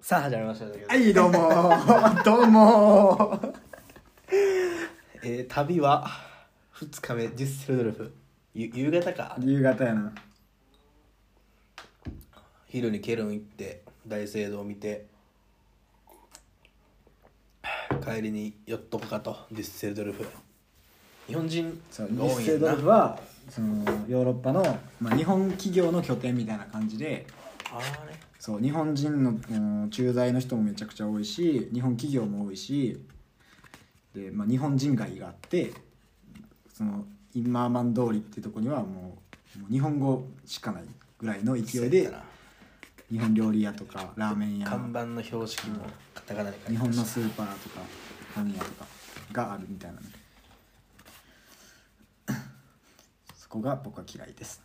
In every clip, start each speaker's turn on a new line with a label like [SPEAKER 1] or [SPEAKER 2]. [SPEAKER 1] さあ始まりました
[SPEAKER 2] は、い、どうもー。 どうもー。
[SPEAKER 1] えー旅は2日目デュッセルドルフゆ夕方か
[SPEAKER 2] 夕方やな。
[SPEAKER 1] 昼にケルン行って大聖堂見て帰りに寄っとくかとデュッセルドルフ日本人
[SPEAKER 2] そう、
[SPEAKER 1] が
[SPEAKER 2] ニッ
[SPEAKER 1] 多いん
[SPEAKER 2] セ
[SPEAKER 1] や
[SPEAKER 2] ドル
[SPEAKER 1] な
[SPEAKER 2] フは、その、ヨーロッパの、まあ、日本企業の拠点みたいな感じで、
[SPEAKER 1] あーね
[SPEAKER 2] そう、日本人の、うん駐在の人もめちゃくちゃ多いし、日本企業も多いし、で、まあ、日本人街があって、その、インマーマン通りってとこにはもう、もう日本語しかないぐらいの勢い
[SPEAKER 1] そうや
[SPEAKER 2] で
[SPEAKER 1] ったな
[SPEAKER 2] 日本料理屋とかラーメン屋
[SPEAKER 1] 看板の標識もカタカナで書いて
[SPEAKER 2] 日
[SPEAKER 1] あ
[SPEAKER 2] 本
[SPEAKER 1] るし
[SPEAKER 2] のスーパーとか本屋とかがあるみたいなねそこが僕は嫌いです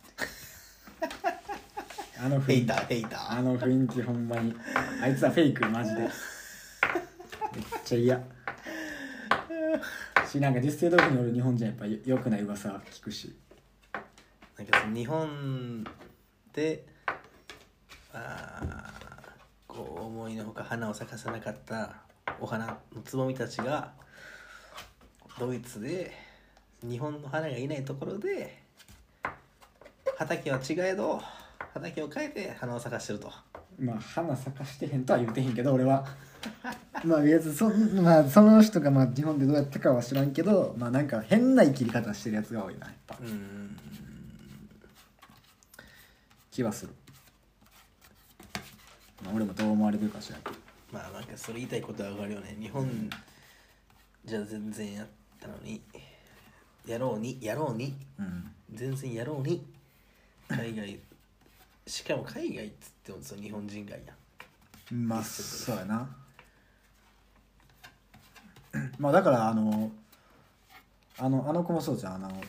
[SPEAKER 2] あの
[SPEAKER 1] ヘ
[SPEAKER 2] 雰囲
[SPEAKER 1] イ
[SPEAKER 2] 気
[SPEAKER 1] ターヘイタ
[SPEAKER 2] あ
[SPEAKER 1] ー
[SPEAKER 2] の雰囲気ほんまにあいつはフェイクマジでめっちゃ嫌しなんかディステードフにおる日本人はやっぱよ良くない噂聞くし
[SPEAKER 1] なんかその日本であーこう思いのほか花を咲かさなかったお花のつぼみたちがドイツで日本の花がいないところで畑は違えど畑を変えて花を咲かしてると
[SPEAKER 2] まあ花咲かしてへんとは言うてへんけど俺はまあ別にそ,、まあ、その人がまあ日本でどうやったかは知らんけどまあなんか変な生きり方してるやつが多いなやっぱ
[SPEAKER 1] うん
[SPEAKER 2] 気はする、まあ、俺もどう思われてるかしらんけど
[SPEAKER 1] まあなんかそれ言いたいことはわかるよね日本じゃ全然やったのにやろうにやろうに
[SPEAKER 2] うん
[SPEAKER 1] 全然やろうに海外しかも海外っつってもその日本人街やん
[SPEAKER 2] まあそうやな まあだからあのあのあの子もそうじゃんあの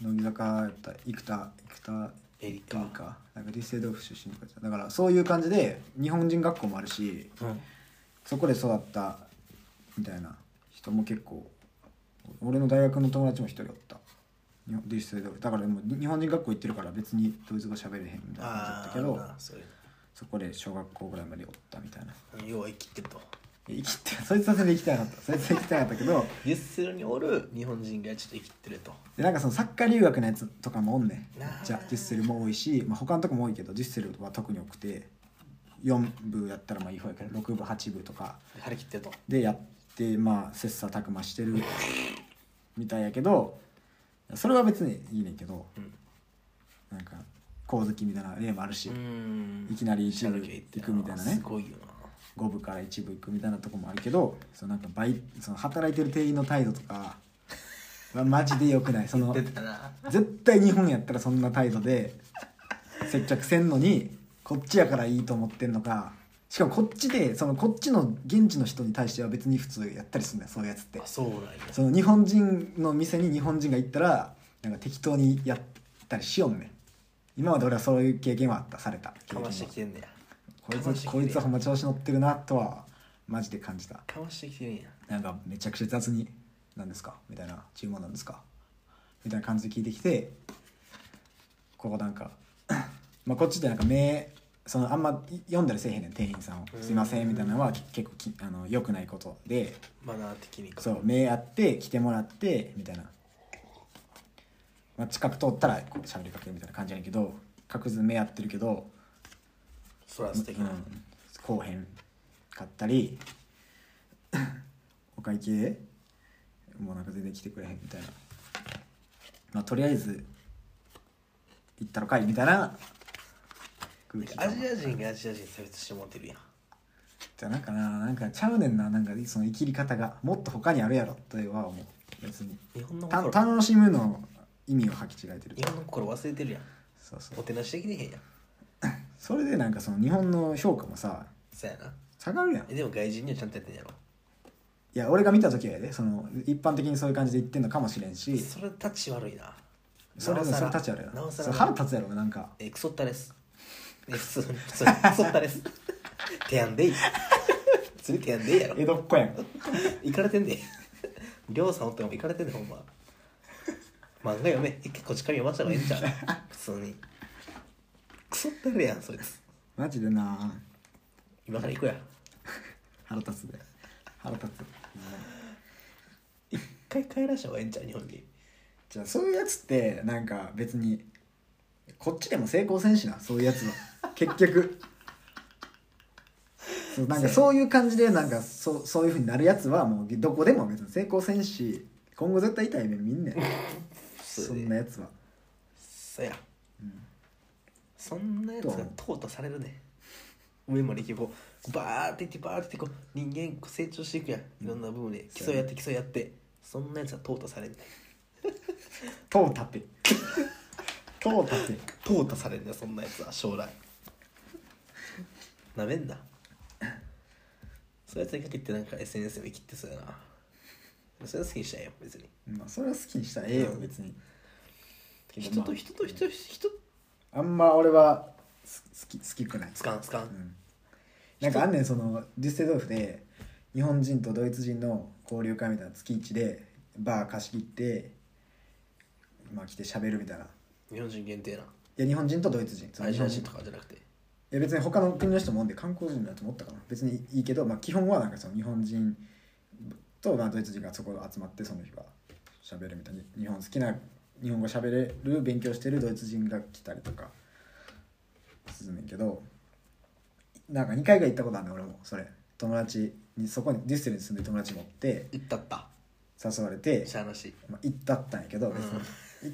[SPEAKER 2] 乃木坂やった生田生田
[SPEAKER 1] エリ
[SPEAKER 2] いい
[SPEAKER 1] カ
[SPEAKER 2] かなんか立成豆腐出身とかじゃんだからそういう感じで日本人学校もあるし
[SPEAKER 1] うん
[SPEAKER 2] そこで育ったみたいな人も結構俺の大学の友達も一人おった日本立成豆腐だからもう日本人学校行ってるから別にドイツ語喋れへんみたいな感じだ
[SPEAKER 1] あ
[SPEAKER 2] った
[SPEAKER 1] あ
[SPEAKER 2] けど
[SPEAKER 1] なそういう
[SPEAKER 2] そこで小学校ぐらいまでおったみたいな
[SPEAKER 1] の要は生きてると
[SPEAKER 2] 生きてそいつは全然生きてなかったそいつは生きてなかったけど
[SPEAKER 1] デュッセルにおる日本人がちょっと生きてると
[SPEAKER 2] でなんかそのサッカー留学のやつとかもおんねんめっ
[SPEAKER 1] あー
[SPEAKER 2] ちゃデュッセルも多いし、まあ、他のとこも多いけどデュッセルは特に多くて4部やったらまあいい方やから6部8部とか
[SPEAKER 1] 張り切ってると
[SPEAKER 2] でやってまあ切磋琢磨し てるみたいやけどそれは別にいいねんけど
[SPEAKER 1] うん
[SPEAKER 2] なんか光月みたいな例もあるし、
[SPEAKER 1] うん
[SPEAKER 2] いきなり一
[SPEAKER 1] シャ
[SPEAKER 2] 部
[SPEAKER 1] ルケって
[SPEAKER 2] 行くみたいなね
[SPEAKER 1] すごいよな
[SPEAKER 2] 5部から1部行くみたいなとこもあるけどそのなんかバイその働いてる店員の態度とかはマジでよくないその
[SPEAKER 1] 出てたな
[SPEAKER 2] 絶対日本やったらそんな態度で接客せんのにこっちやからいいと思ってんのかしかもこっちでそのこっちの現地の人に対しては別に普通やったりするんだよそういうやつって
[SPEAKER 1] あそうなんや
[SPEAKER 2] その日本人の店に日本人が行ったらなんか適当にやったりしよんねん今まで俺はそういう経験はあったされた経
[SPEAKER 1] か
[SPEAKER 2] 験は
[SPEAKER 1] ましてきてんねや
[SPEAKER 2] こい
[SPEAKER 1] かまして
[SPEAKER 2] つ
[SPEAKER 1] きて
[SPEAKER 2] こいつはほんま調子乗ってるなとはマジで感じた
[SPEAKER 1] かましてきてるんや
[SPEAKER 2] なんかめちゃくちゃ雑に「何ですか?」みたいな「注文なんですか?」みたいな感じで聞いてきてこうなんか まあこっちでなんか目そのあんま読んだりせえへんねん店員さんを
[SPEAKER 1] う
[SPEAKER 2] 「
[SPEAKER 1] ん
[SPEAKER 2] すいません」みたいなのはき結構きあの良くないことで
[SPEAKER 1] マナー的にか
[SPEAKER 2] そう目合って来てもらってみたいな、まあ、近く通ったらこう喋りかけるみたいな感じやねんけど確実に目合ってるけど
[SPEAKER 1] そら素敵な
[SPEAKER 2] うん、後編買ったり お会計もうなんか全然来てくれへんみたいなまあとりあえず行ったろかいみたいな空気
[SPEAKER 1] ア
[SPEAKER 2] 感
[SPEAKER 1] ジア人がアジア人差別してもってるやん
[SPEAKER 2] じゃなんかななんかちゃうねんななんかその生きり方がもっと他にあるやろとは思う別に
[SPEAKER 1] 日本の
[SPEAKER 2] た
[SPEAKER 1] 心
[SPEAKER 2] 楽しむの意味を履き違えてる
[SPEAKER 1] 日本の心忘れてるやん
[SPEAKER 2] そうそ
[SPEAKER 1] お
[SPEAKER 2] う
[SPEAKER 1] 手なしできてへんやん
[SPEAKER 2] それでなんかその日本の評価もさ
[SPEAKER 1] そうやな
[SPEAKER 2] 下がるやん
[SPEAKER 1] えでも外人にはちゃんとやってんやろ
[SPEAKER 2] いや俺が見た時はやでその一般的にそういう感じで言ってんのかもしれんし
[SPEAKER 1] それたち悪いな
[SPEAKER 2] そ
[SPEAKER 1] な
[SPEAKER 2] れ
[SPEAKER 1] おさ
[SPEAKER 2] そ
[SPEAKER 1] ら
[SPEAKER 2] れ立ちあるや
[SPEAKER 1] なお
[SPEAKER 2] ろ
[SPEAKER 1] さ
[SPEAKER 2] それ
[SPEAKER 1] ら
[SPEAKER 2] 腹立つやろなんか
[SPEAKER 1] えクソったですえクソクソったです手やんでいいそれ手やんでいいやろ
[SPEAKER 2] 江戸っ子やん
[SPEAKER 1] いかれてんでりょうさんおってもいかれてんでほんま漫画読め一回こっちから読ました方がええんちゃう普通にクソったるやんそいつ
[SPEAKER 2] マジでな
[SPEAKER 1] 今から行くや
[SPEAKER 2] 腹立つで腹立つ、
[SPEAKER 1] 一回帰らした方がええんちゃう日本に
[SPEAKER 2] じゃあそういうやつってなんか別にこっちでも成功せんしなそういうやつは結局そうなんかそういう感じでなんかそうそういうふうになるやつはもうどこでも別に成功せんし今後絶対痛い目見んねんそんなやつは
[SPEAKER 1] そや、そんなやつが淘汰されるね上まで行けばバーっていってバーっていってこう人間成長していくやんいろんな部分で競い合って競い合ってそんなやつは淘汰されんね
[SPEAKER 2] とうたて とうたて
[SPEAKER 1] 淘汰されんねそんなやつは将来なめんなそういうやつにかけてなんか SNS も生きてそうやなそれは好きにしたいよ別に
[SPEAKER 2] まあそれは好きにしたらええよ別に
[SPEAKER 1] 人と人と人人
[SPEAKER 2] あんま俺はす好き好きくない
[SPEAKER 1] つかんつかん、
[SPEAKER 2] うんなんかあんねんそのデュッセルドルフで日本人とドイツ人の交流会みたいな月一でバー貸し切ってまあ来て喋るみたいない
[SPEAKER 1] 日本人限定な
[SPEAKER 2] や日本人とドイツ人その
[SPEAKER 1] ア
[SPEAKER 2] 日
[SPEAKER 1] ジア
[SPEAKER 2] 本
[SPEAKER 1] 人
[SPEAKER 2] 人
[SPEAKER 1] とかじゃなくて
[SPEAKER 2] いや別に他の国の人もおんで観光人だと思ったかな別にいいけど、まあ、基本はなんかその日本人とまあドイツ人がそこ集まってその日は喋るみたいに日本好きな日本語喋れる勉強してるドイツ人が来たりとかするねんけどなんか2回ぐらい行ったことあるね俺もそれ友達にそこにディッセルに住んでる友達持って
[SPEAKER 1] 行ったった
[SPEAKER 2] 誘われて、
[SPEAKER 1] しゃあなし
[SPEAKER 2] まあ、行ったったんやけど
[SPEAKER 1] ん
[SPEAKER 2] 別に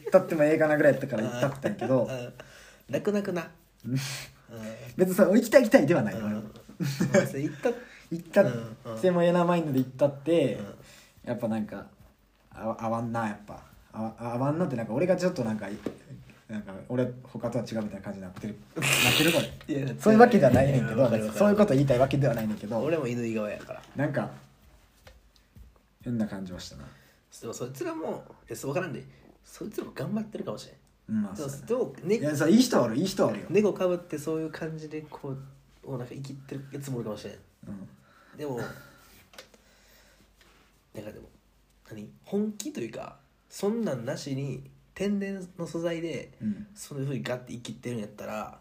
[SPEAKER 2] 行ったってもええかなぐらいやったから行ったったんやけど
[SPEAKER 1] うん楽々なうん
[SPEAKER 2] 別にその行きたい行きたいではない、
[SPEAKER 1] う
[SPEAKER 2] 俺も
[SPEAKER 1] ん別に行った
[SPEAKER 2] 行ったっ
[SPEAKER 1] うんうん
[SPEAKER 2] てもええなマインドで行ったって、
[SPEAKER 1] うん
[SPEAKER 2] やっぱなんかあわ合わんなやっぱあわ合わんなってなんか俺がちょっとなんかいなんか俺他とは違うみたいな感じになってるなってるこれ
[SPEAKER 1] いや
[SPEAKER 2] そういうわけではないねんけ
[SPEAKER 1] や
[SPEAKER 2] ど
[SPEAKER 1] わかるわかる
[SPEAKER 2] そういうこと言いたいわけではないねんけど
[SPEAKER 1] 俺も犬側やから
[SPEAKER 2] なんか変な感じはしたな
[SPEAKER 1] でもそいつらもえそうわからんでそいつらも頑張ってるかもしれん
[SPEAKER 2] うんまあ
[SPEAKER 1] で
[SPEAKER 2] そ
[SPEAKER 1] も
[SPEAKER 2] うや
[SPEAKER 1] でも
[SPEAKER 2] ないや
[SPEAKER 1] ね
[SPEAKER 2] そういい人はおるいい人はおるよ、
[SPEAKER 1] 猫かぶってそういう感じでこうおなんか生きてるやつもおるかもしれん
[SPEAKER 2] うん、
[SPEAKER 1] でもなんかでも何本気というかそんなんなしに天然の素材で、
[SPEAKER 2] うん
[SPEAKER 1] そういうふうにガッて生きてるんやったら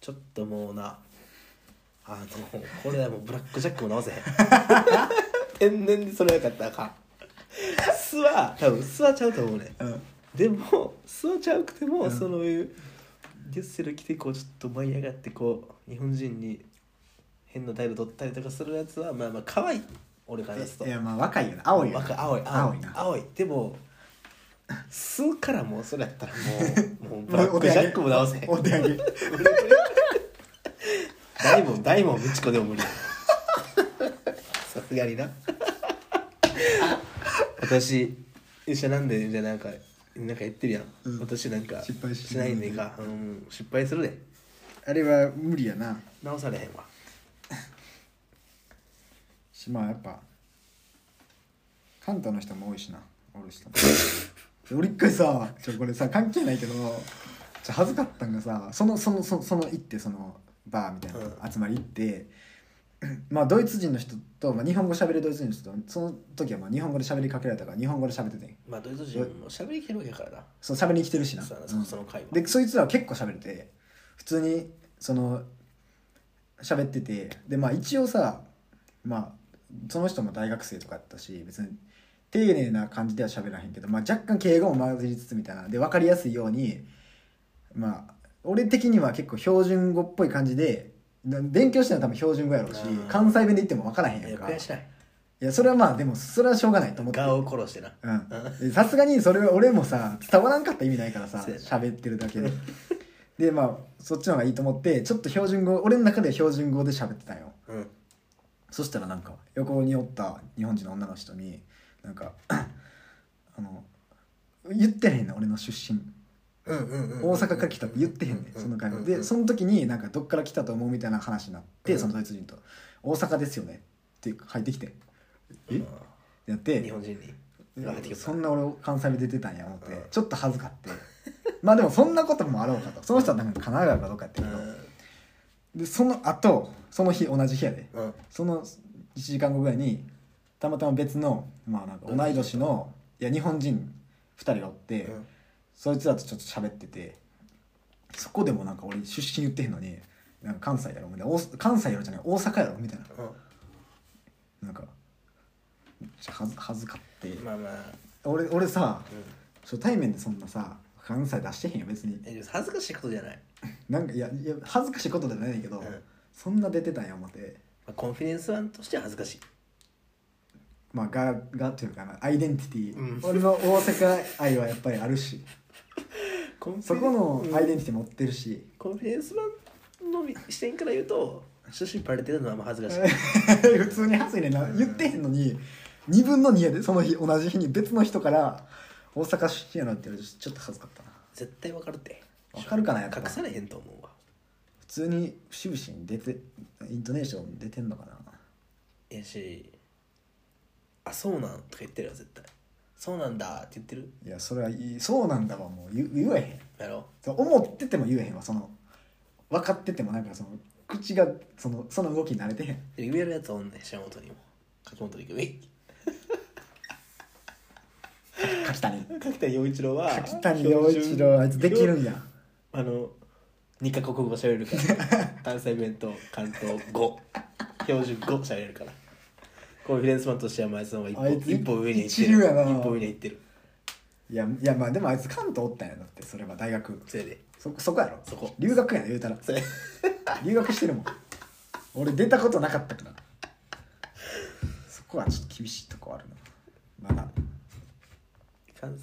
[SPEAKER 1] ちょっともうなあのこれはもうブラックジャックも直せへん天然でそれやかったらあかん素は多分素はちゃうと思うね、
[SPEAKER 2] うん
[SPEAKER 1] でも素はちゃうくても、そのいうデュッセル来てこうちょっと舞い上がってこう日本人に変な態度取ったりとかするやつはまあまあ可愛い俺からすと
[SPEAKER 2] いやまあ若いよな青いよな
[SPEAKER 1] 若青い青
[SPEAKER 2] 青
[SPEAKER 1] い
[SPEAKER 2] いな
[SPEAKER 1] 青いでも吸うからもうそれやったらもうもうブ
[SPEAKER 2] も
[SPEAKER 1] ラ
[SPEAKER 2] う
[SPEAKER 1] ックジャックも直せへん
[SPEAKER 2] お手上げ
[SPEAKER 1] 大門大門みちこでも無理さすがにな私医者なんでじゃあなんかなんか言ってるやん、
[SPEAKER 2] うん
[SPEAKER 1] 私なんか
[SPEAKER 2] 失敗し
[SPEAKER 1] しないんでいいか、うん、失敗するで
[SPEAKER 2] あれは無理やな
[SPEAKER 1] 直されへんわ
[SPEAKER 2] しまあやっぱ関東の人も多いしなお る人も俺一回さちょこれさ関係ないけどちょ恥ずかったんがさそのそのそのその行ってそのバーみたいな集まり行って、 まあドイツ人の人と、まあ、日本語喋るドイツ人の人とその時はまあ日本語で喋りかけられたから日本語で喋っててん
[SPEAKER 1] まあドイツ人も喋りきるわけやからな
[SPEAKER 2] そう喋りに来てるしな
[SPEAKER 1] そうやな
[SPEAKER 2] うん
[SPEAKER 1] そその会話
[SPEAKER 2] でそいつらは結構喋れて普通にその喋っててでまあ一応さまあその人も大学生とかやったし別に丁寧な感じでは喋らへんけど、まあ、若干敬語も混じりつつみたいなで分かりやすいようにまあ俺的には結構標準語っぽい感じでな勉強してるのは多分標準語やろうし
[SPEAKER 1] うん
[SPEAKER 2] 関西弁で言っても分からへん
[SPEAKER 1] い
[SPEAKER 2] やん
[SPEAKER 1] や
[SPEAKER 2] か
[SPEAKER 1] 悔しない
[SPEAKER 2] いやそれはまあでもそれはしょうがないと思って
[SPEAKER 1] 顔を殺してな
[SPEAKER 2] うん、さすがにそれは俺もさ伝わらんかったら意味ないからさ
[SPEAKER 1] そうやな
[SPEAKER 2] 喋ってるだけででまあそっちの方がいいと思ってちょっと標準語俺の中では標準語で喋ってたんよ
[SPEAKER 1] うん
[SPEAKER 2] そしたらなんか横におった日本人の女の人になんか あの言ってへんねん俺の出身
[SPEAKER 1] うんうんうん
[SPEAKER 2] 大阪から来たって言ってへんねんその会話でその時になんかどっから来たと思うみたいな話になってそのドイツ人と「大阪ですよね」って入ってきて「えっ?」てやって
[SPEAKER 1] 日本人に
[SPEAKER 2] い
[SPEAKER 1] 入
[SPEAKER 2] や
[SPEAKER 1] ってきた
[SPEAKER 2] そんな俺関西弁出てたんや思って、
[SPEAKER 1] うん
[SPEAKER 2] ちょっと恥ずかって まあでもそんなこともあろうかとその人はなんか神奈川かどうかやって
[SPEAKER 1] う
[SPEAKER 2] るけど、
[SPEAKER 1] ん
[SPEAKER 2] でその後その日同じ日やで
[SPEAKER 1] うん
[SPEAKER 2] その1時間後ぐらいにたまたま別のまあなんか同い年のいや日本人2人がおって、
[SPEAKER 1] うん
[SPEAKER 2] そいつらとちょっと喋っててそこでもなんか俺出身言ってへんのになんか関西やろみたいな大関西やろじゃない大阪やろみたいななんかめっちゃ恥ず恥ずかって、
[SPEAKER 1] まあまあ、
[SPEAKER 2] 俺俺さ
[SPEAKER 1] う
[SPEAKER 2] 初対面でそんなさ関西出してへんよ別に
[SPEAKER 1] ん、え恥ずかしいことじゃない、
[SPEAKER 2] なんかいやいや恥ずかしいことじゃないねんけど、
[SPEAKER 1] うんま
[SPEAKER 2] そんな出てたんや思って
[SPEAKER 1] あ、コンフィデンスワンとしては恥ずかしい
[SPEAKER 2] まあががというかなアイデンティティ、
[SPEAKER 1] うん
[SPEAKER 2] 俺の大阪愛はやっぱりあるし
[SPEAKER 1] コンフィデン
[SPEAKER 2] そこの
[SPEAKER 1] うん
[SPEAKER 2] アイデンティティ持ってるし、
[SPEAKER 1] コンフィデンスマンの視点から言うと写真バレてるのはあんま恥ずかしい
[SPEAKER 2] 普通に恥ずいねんな言ってへんのに2分の2やでその日同じ日に別の人から「大阪出身やな」って言われてちょっと恥ずかったな
[SPEAKER 1] 絶対わかるって
[SPEAKER 2] わかるかなやっぱ
[SPEAKER 1] 隠されへんと思うわ
[SPEAKER 2] 普通に節々に出てイントネーション出てんのかな
[SPEAKER 1] やし「あそうなん」とか言ってるよ絶対「そうなんだ」って言ってる
[SPEAKER 2] いやそれはいいそうなんだわもう言言えへん
[SPEAKER 1] やろ
[SPEAKER 2] そう思ってても言えへんわその分かっててもなんかその口がそのその動きに慣れてへん
[SPEAKER 1] で言えるやつおんねん島本にも柿本陸上
[SPEAKER 2] 柿谷
[SPEAKER 1] 柿谷陽一郎は
[SPEAKER 2] 柿谷陽一郎あいつできるんや
[SPEAKER 1] あの2か国語喋れるから関西弁と関東語標準語喋れるからコンフィデンスマンとしては前さんは一歩
[SPEAKER 2] あいつ
[SPEAKER 1] 一歩上に行って
[SPEAKER 2] 一流
[SPEAKER 1] る
[SPEAKER 2] やな
[SPEAKER 1] 一歩上に行ってる
[SPEAKER 2] いやいやまあでもあいつ関東おったんやだってそれは大学
[SPEAKER 1] それで
[SPEAKER 2] そそこやろ
[SPEAKER 1] そこ
[SPEAKER 2] 留学やん言うたら
[SPEAKER 1] それ
[SPEAKER 2] 留学してるもん俺出たことなかったからそこはちょっと厳しいとこあるなまだ
[SPEAKER 1] 関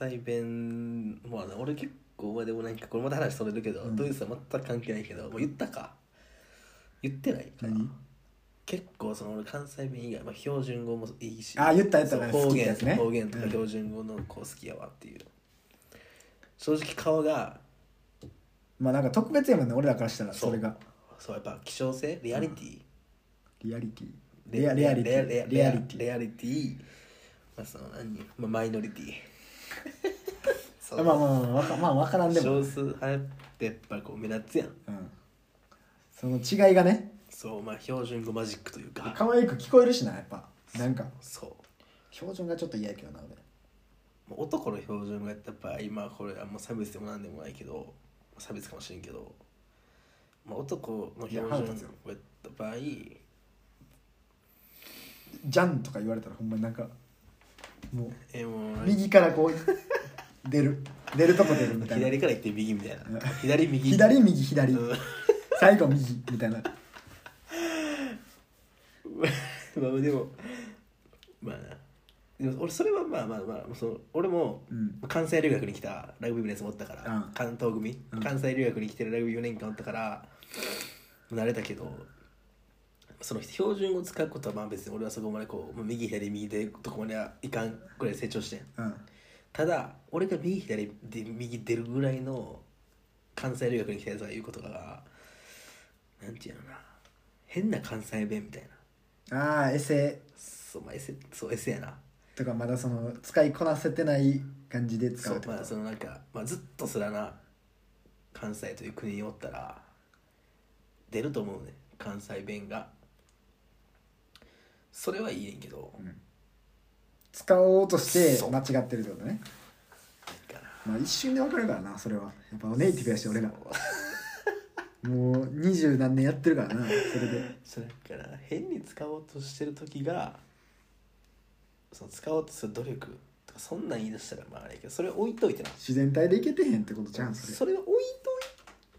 [SPEAKER 1] 西弁まあな俺結構までもなんかこれまた話それるけど、
[SPEAKER 2] うん
[SPEAKER 1] ドイツは全く関係ないけどもう言ったか言ってないから
[SPEAKER 2] 何
[SPEAKER 1] 結構その俺関西弁以外、まあ、標準語もいいし
[SPEAKER 2] あ言った言った
[SPEAKER 1] そう方
[SPEAKER 2] 好きなや
[SPEAKER 1] 言
[SPEAKER 2] つね
[SPEAKER 1] 方言とか
[SPEAKER 2] うん
[SPEAKER 1] 標準語の子好きやわっていう、正直顔が
[SPEAKER 2] まあなんか特別やもんね俺らからしたら
[SPEAKER 1] そう
[SPEAKER 2] それが
[SPEAKER 1] そうやっぱ希少性リアリティ、
[SPEAKER 2] リアリティレアレアリテ
[SPEAKER 1] レア
[SPEAKER 2] ィレアリティ
[SPEAKER 1] レアリティまあその何、まあ、マイノリ ティそ
[SPEAKER 2] まあ
[SPEAKER 1] う
[SPEAKER 2] まあまあまあわかまあ分からんでも、
[SPEAKER 1] 少数派ってやっぱこう目立つやん
[SPEAKER 2] うん、その違いがね
[SPEAKER 1] そうまあ標準語マジックというか
[SPEAKER 2] 可愛く聞こえるしなやっぱなんか
[SPEAKER 1] そ
[SPEAKER 2] 標準がちょっと嫌やけどな俺
[SPEAKER 1] うもう男の標準語やったらやっぱ今これあんま差別でもなんでもないけど差別かもしれんけど、まあ、男の標準語やった場合
[SPEAKER 2] じゃんとか言われたらほんまになんかもう
[SPEAKER 1] えもう
[SPEAKER 2] 右からこう 出る出るとこ出るみたいな
[SPEAKER 1] 左から行って右みたいな左右
[SPEAKER 2] 左右左、
[SPEAKER 1] うん
[SPEAKER 2] 最後右みたいな
[SPEAKER 1] まあでもまあなでも俺それはまあまあまあその俺も
[SPEAKER 2] うん
[SPEAKER 1] 関西留学に来たラグビー部のやつもおったから、
[SPEAKER 2] うん
[SPEAKER 1] 関東組、
[SPEAKER 2] うん
[SPEAKER 1] 関西留学に来てるラグビー4年間おったから慣れたけどその標準語を使うことはまあ別に俺はそこまでこうもう右左右でどこまではいかんくらい成長してん
[SPEAKER 2] うん
[SPEAKER 1] ただ俺が右左で右出るぐらいの関西留学に来たやつが言うことがなんていうのかな変な関西弁みたいな
[SPEAKER 2] ああエセ
[SPEAKER 1] そうまあエセそうエセやな
[SPEAKER 2] とかまだその使いこなせてない感じで使
[SPEAKER 1] そうう
[SPEAKER 2] ってこ
[SPEAKER 1] まあ
[SPEAKER 2] と
[SPEAKER 1] そのなんか、まあ、ずっとすらな関西という国におったら出ると思うね関西弁がそれはいいねんけど
[SPEAKER 2] 使おうとして
[SPEAKER 1] そう
[SPEAKER 2] 間違ってるってことね
[SPEAKER 1] なんかな
[SPEAKER 2] まあ一瞬で分かるからなそれはやっぱネイティブやし俺らもう二十何年やってるからなそれで
[SPEAKER 1] そうだから変に使おうとしてる時がその使おうとする努力とかそんなん言い出したらまああれやけどそれ置いといてな
[SPEAKER 2] 自然体でいけてへんってことじゃんそれ
[SPEAKER 1] それを置い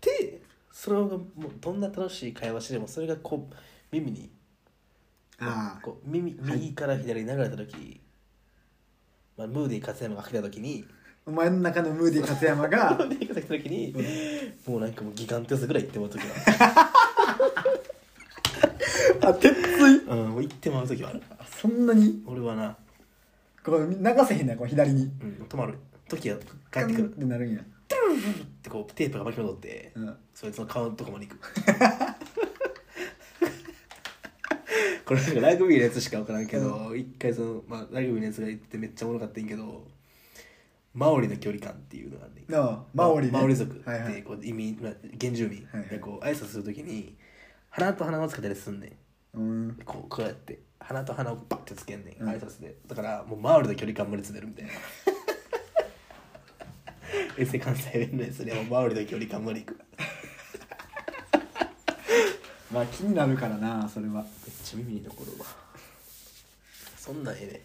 [SPEAKER 1] といてそれがもうどんな楽しい会話してでもそれがこう耳に
[SPEAKER 2] ああ
[SPEAKER 1] こう耳
[SPEAKER 2] はい
[SPEAKER 1] 右から左に流れた時、まあ、ムーディ勝山が来た時に
[SPEAKER 2] お前の中のムーディ勝山
[SPEAKER 1] ム
[SPEAKER 2] が
[SPEAKER 1] ーディが来た時に、もうなんかもうギガンテスぐらい行ってもらう時は
[SPEAKER 2] あ鉄槌
[SPEAKER 1] うんもう行ってもらう時はある
[SPEAKER 2] そんなに
[SPEAKER 1] 俺はな、
[SPEAKER 2] こう流せへんねこう左に
[SPEAKER 1] うん、止まる時は帰
[SPEAKER 2] カ
[SPEAKER 1] って
[SPEAKER 2] ン
[SPEAKER 1] く
[SPEAKER 2] っ
[SPEAKER 1] る
[SPEAKER 2] てなるんや、
[SPEAKER 1] ってこうテープが巻き戻って、
[SPEAKER 2] うん、
[SPEAKER 1] そいつの顔のとこまで行く これなんかラグビーのやつしか分からんけど、一回その、まあ、ラグビーのやつが行ってめっちゃおもろかったんやけどマオリの距離感っていうのがあんねん
[SPEAKER 2] なあマオリね
[SPEAKER 1] マオリ族って
[SPEAKER 2] はいはい
[SPEAKER 1] こう移民、まあ、原住民
[SPEAKER 2] はいはい
[SPEAKER 1] がこう挨拶するときに鼻と鼻をつけたりすんねん
[SPEAKER 2] うん
[SPEAKER 1] こうこうやって鼻と鼻をバッてつけんねん
[SPEAKER 2] うん
[SPEAKER 1] 挨拶で、だからもうマオリの距離感無理詰めるみた いな 衛生関西弁のやつでもうマオリの距離感無理いく
[SPEAKER 2] まあ気になるからなそれは
[SPEAKER 1] めっちゃ耳に残るわそんなんええね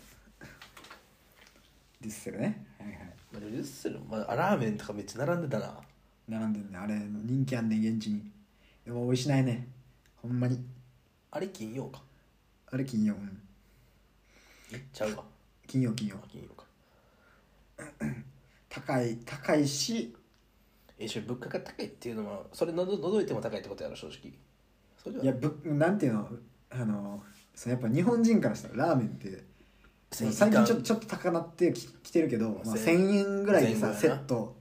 [SPEAKER 2] デュッセルねはいはい
[SPEAKER 1] まあ、ルッセル、まあ、ラーメンとかめっちゃ並んでたな
[SPEAKER 2] 並んでるねあれ人気あんねん現地にでも美味しないねほんまに
[SPEAKER 1] あれ金曜か
[SPEAKER 2] あれ金曜うん
[SPEAKER 1] えちゃうわ
[SPEAKER 2] 金曜金曜
[SPEAKER 1] あ金曜か
[SPEAKER 2] 高い高いし
[SPEAKER 1] えそれ物価が高いっていうのはそれのど除いても高いってことやろ正直そうではい
[SPEAKER 2] やぶなんていうのあのそのやっぱ日本人からしたらラーメンって
[SPEAKER 1] 千円
[SPEAKER 2] 最近ちょっとちょっと高なってききてるけど、まあ、
[SPEAKER 1] 千
[SPEAKER 2] 1000円ぐらいでさ
[SPEAKER 1] 千
[SPEAKER 2] セ
[SPEAKER 1] 円ぐらいな
[SPEAKER 2] ット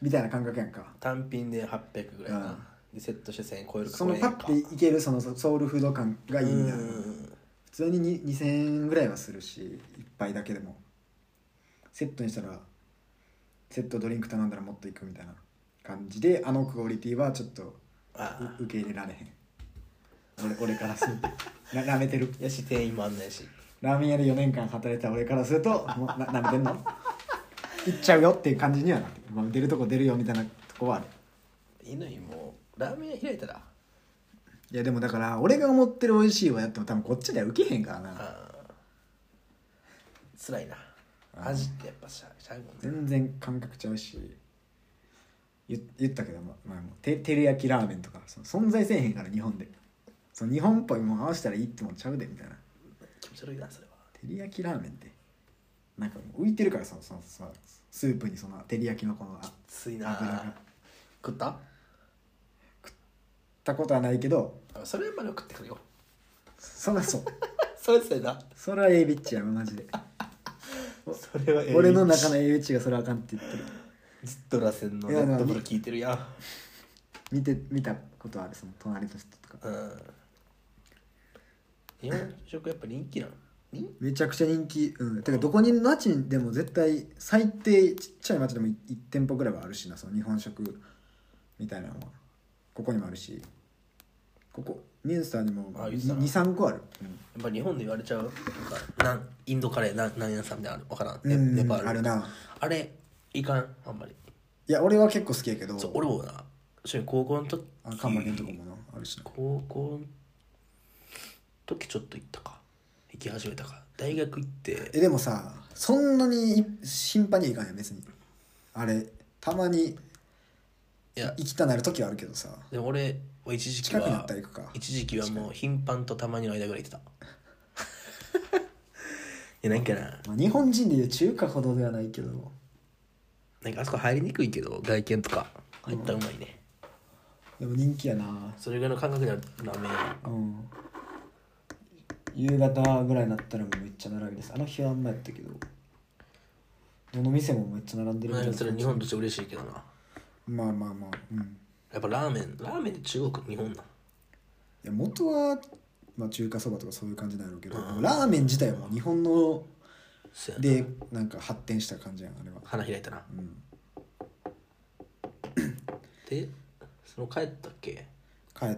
[SPEAKER 2] みたいな感覚やんか
[SPEAKER 1] 単品で800ぐらいかな、
[SPEAKER 2] うん
[SPEAKER 1] でセットして1000円超えるか
[SPEAKER 2] そのパッていけるそのソウルフード感がいいみたいな
[SPEAKER 1] うん
[SPEAKER 2] 普通にに2000円ぐらいはするし一杯だけでもセットにしたらセットドリンク頼んだらもっといくみたいな感じであのクオリティはちょっと
[SPEAKER 1] ああ
[SPEAKER 2] う受け入れられへん俺 俺からするとななめてる
[SPEAKER 1] やし店員もあんないし
[SPEAKER 2] ラーメン屋で4年間働いた俺からするともうななめてんの行っちゃうよっていう感じにはなってる、まあ、出るとこ出るよみたいなとこはある
[SPEAKER 1] 犬にもうラーメン屋開いたら
[SPEAKER 2] いやでもだから俺が思ってる美味しいはやっても多分こっちでは受けへんからな
[SPEAKER 1] ああ辛いな味ってやっぱしゃしゃうもんね
[SPEAKER 2] 全然感覚ちゃうし言言ったけど、ままあ、もうて照り焼きラーメンとかその存在せえへんから日本でその日本っぽいもん合わせたらいいってもんちゃうでみたいな
[SPEAKER 1] 気持ち悪いなそれは
[SPEAKER 2] 照り焼きラーメンってなんかもう浮いてるからそのそのそのスープにその照り焼きのこのあ食っ
[SPEAKER 1] つい
[SPEAKER 2] 油が
[SPEAKER 1] な食った
[SPEAKER 2] たことはないけど
[SPEAKER 1] あそれまで食ってくるよ
[SPEAKER 2] そらそう
[SPEAKER 1] それそれな
[SPEAKER 2] それは A ビッチやろマジで
[SPEAKER 1] それは
[SPEAKER 2] 俺の中の A ビッチがそれあかんって言ってる
[SPEAKER 1] ずっと螺旋の
[SPEAKER 2] い
[SPEAKER 1] レ
[SPEAKER 2] や
[SPEAKER 1] ッド
[SPEAKER 2] な
[SPEAKER 1] ブル聞いてるやん
[SPEAKER 2] 見て見たことあるその隣の人とか
[SPEAKER 1] うん日本食やっぱ人気なの人
[SPEAKER 2] めちゃくちゃ人気うんてかどこに街にでも絶対最低ちっちゃい町でも1店舗ぐらいはあるしなその日本食みたいなのはここにもあるしここミュースターにも
[SPEAKER 1] あ言ってたな
[SPEAKER 2] 23個ある、
[SPEAKER 1] やっぱ日本で言われちゃうなんかなんインドカレーなん何屋さんみたいなのあるわからん、
[SPEAKER 2] うん、
[SPEAKER 1] ね
[SPEAKER 2] うん
[SPEAKER 1] ネパール
[SPEAKER 2] あるな
[SPEAKER 1] あれいかんあんまり
[SPEAKER 2] いや俺は結構好きやけど
[SPEAKER 1] そう俺もな一緒に高校の時
[SPEAKER 2] あカンボジアのとこもなあるしな
[SPEAKER 1] 高校の時ちょっと行ったか行き始めたか大学行って
[SPEAKER 2] えでもさそんなにい頻繁にはいかんやん別にあれたまに
[SPEAKER 1] いや
[SPEAKER 2] 行きたなる時はあるけどさ
[SPEAKER 1] でも俺は一時期
[SPEAKER 2] 近くな
[SPEAKER 1] は
[SPEAKER 2] ったら行くか
[SPEAKER 1] 一時期はもう頻繁とたまにの間ぐらい行ってた いやなんかな
[SPEAKER 2] まあ、日本人でいう中華ほどではないけど
[SPEAKER 1] なんかあそこ入りにくいけど外見とか入ったらうまいね、
[SPEAKER 2] でも人気やな
[SPEAKER 1] それぐらいの感覚であるラーメン屋
[SPEAKER 2] うん夕方ぐらいになったらもうめっちゃ並びですあの日はあんまやったけどどの店もめっちゃ並んでる
[SPEAKER 1] ま
[SPEAKER 2] みたい
[SPEAKER 1] あ
[SPEAKER 2] な
[SPEAKER 1] それ日本として嬉しいけどな
[SPEAKER 2] まあまあまあうん
[SPEAKER 1] やっぱラーメンラーメンって中国日本ない
[SPEAKER 2] や元は、まあ、中華そばとかそういう感じなんやろうけど、ラーメン自体はもう日本の
[SPEAKER 1] そうやな
[SPEAKER 2] でなんか発展した感じやんあれは
[SPEAKER 1] 花開いたな
[SPEAKER 2] うん
[SPEAKER 1] でその帰ったっけ
[SPEAKER 2] 帰っ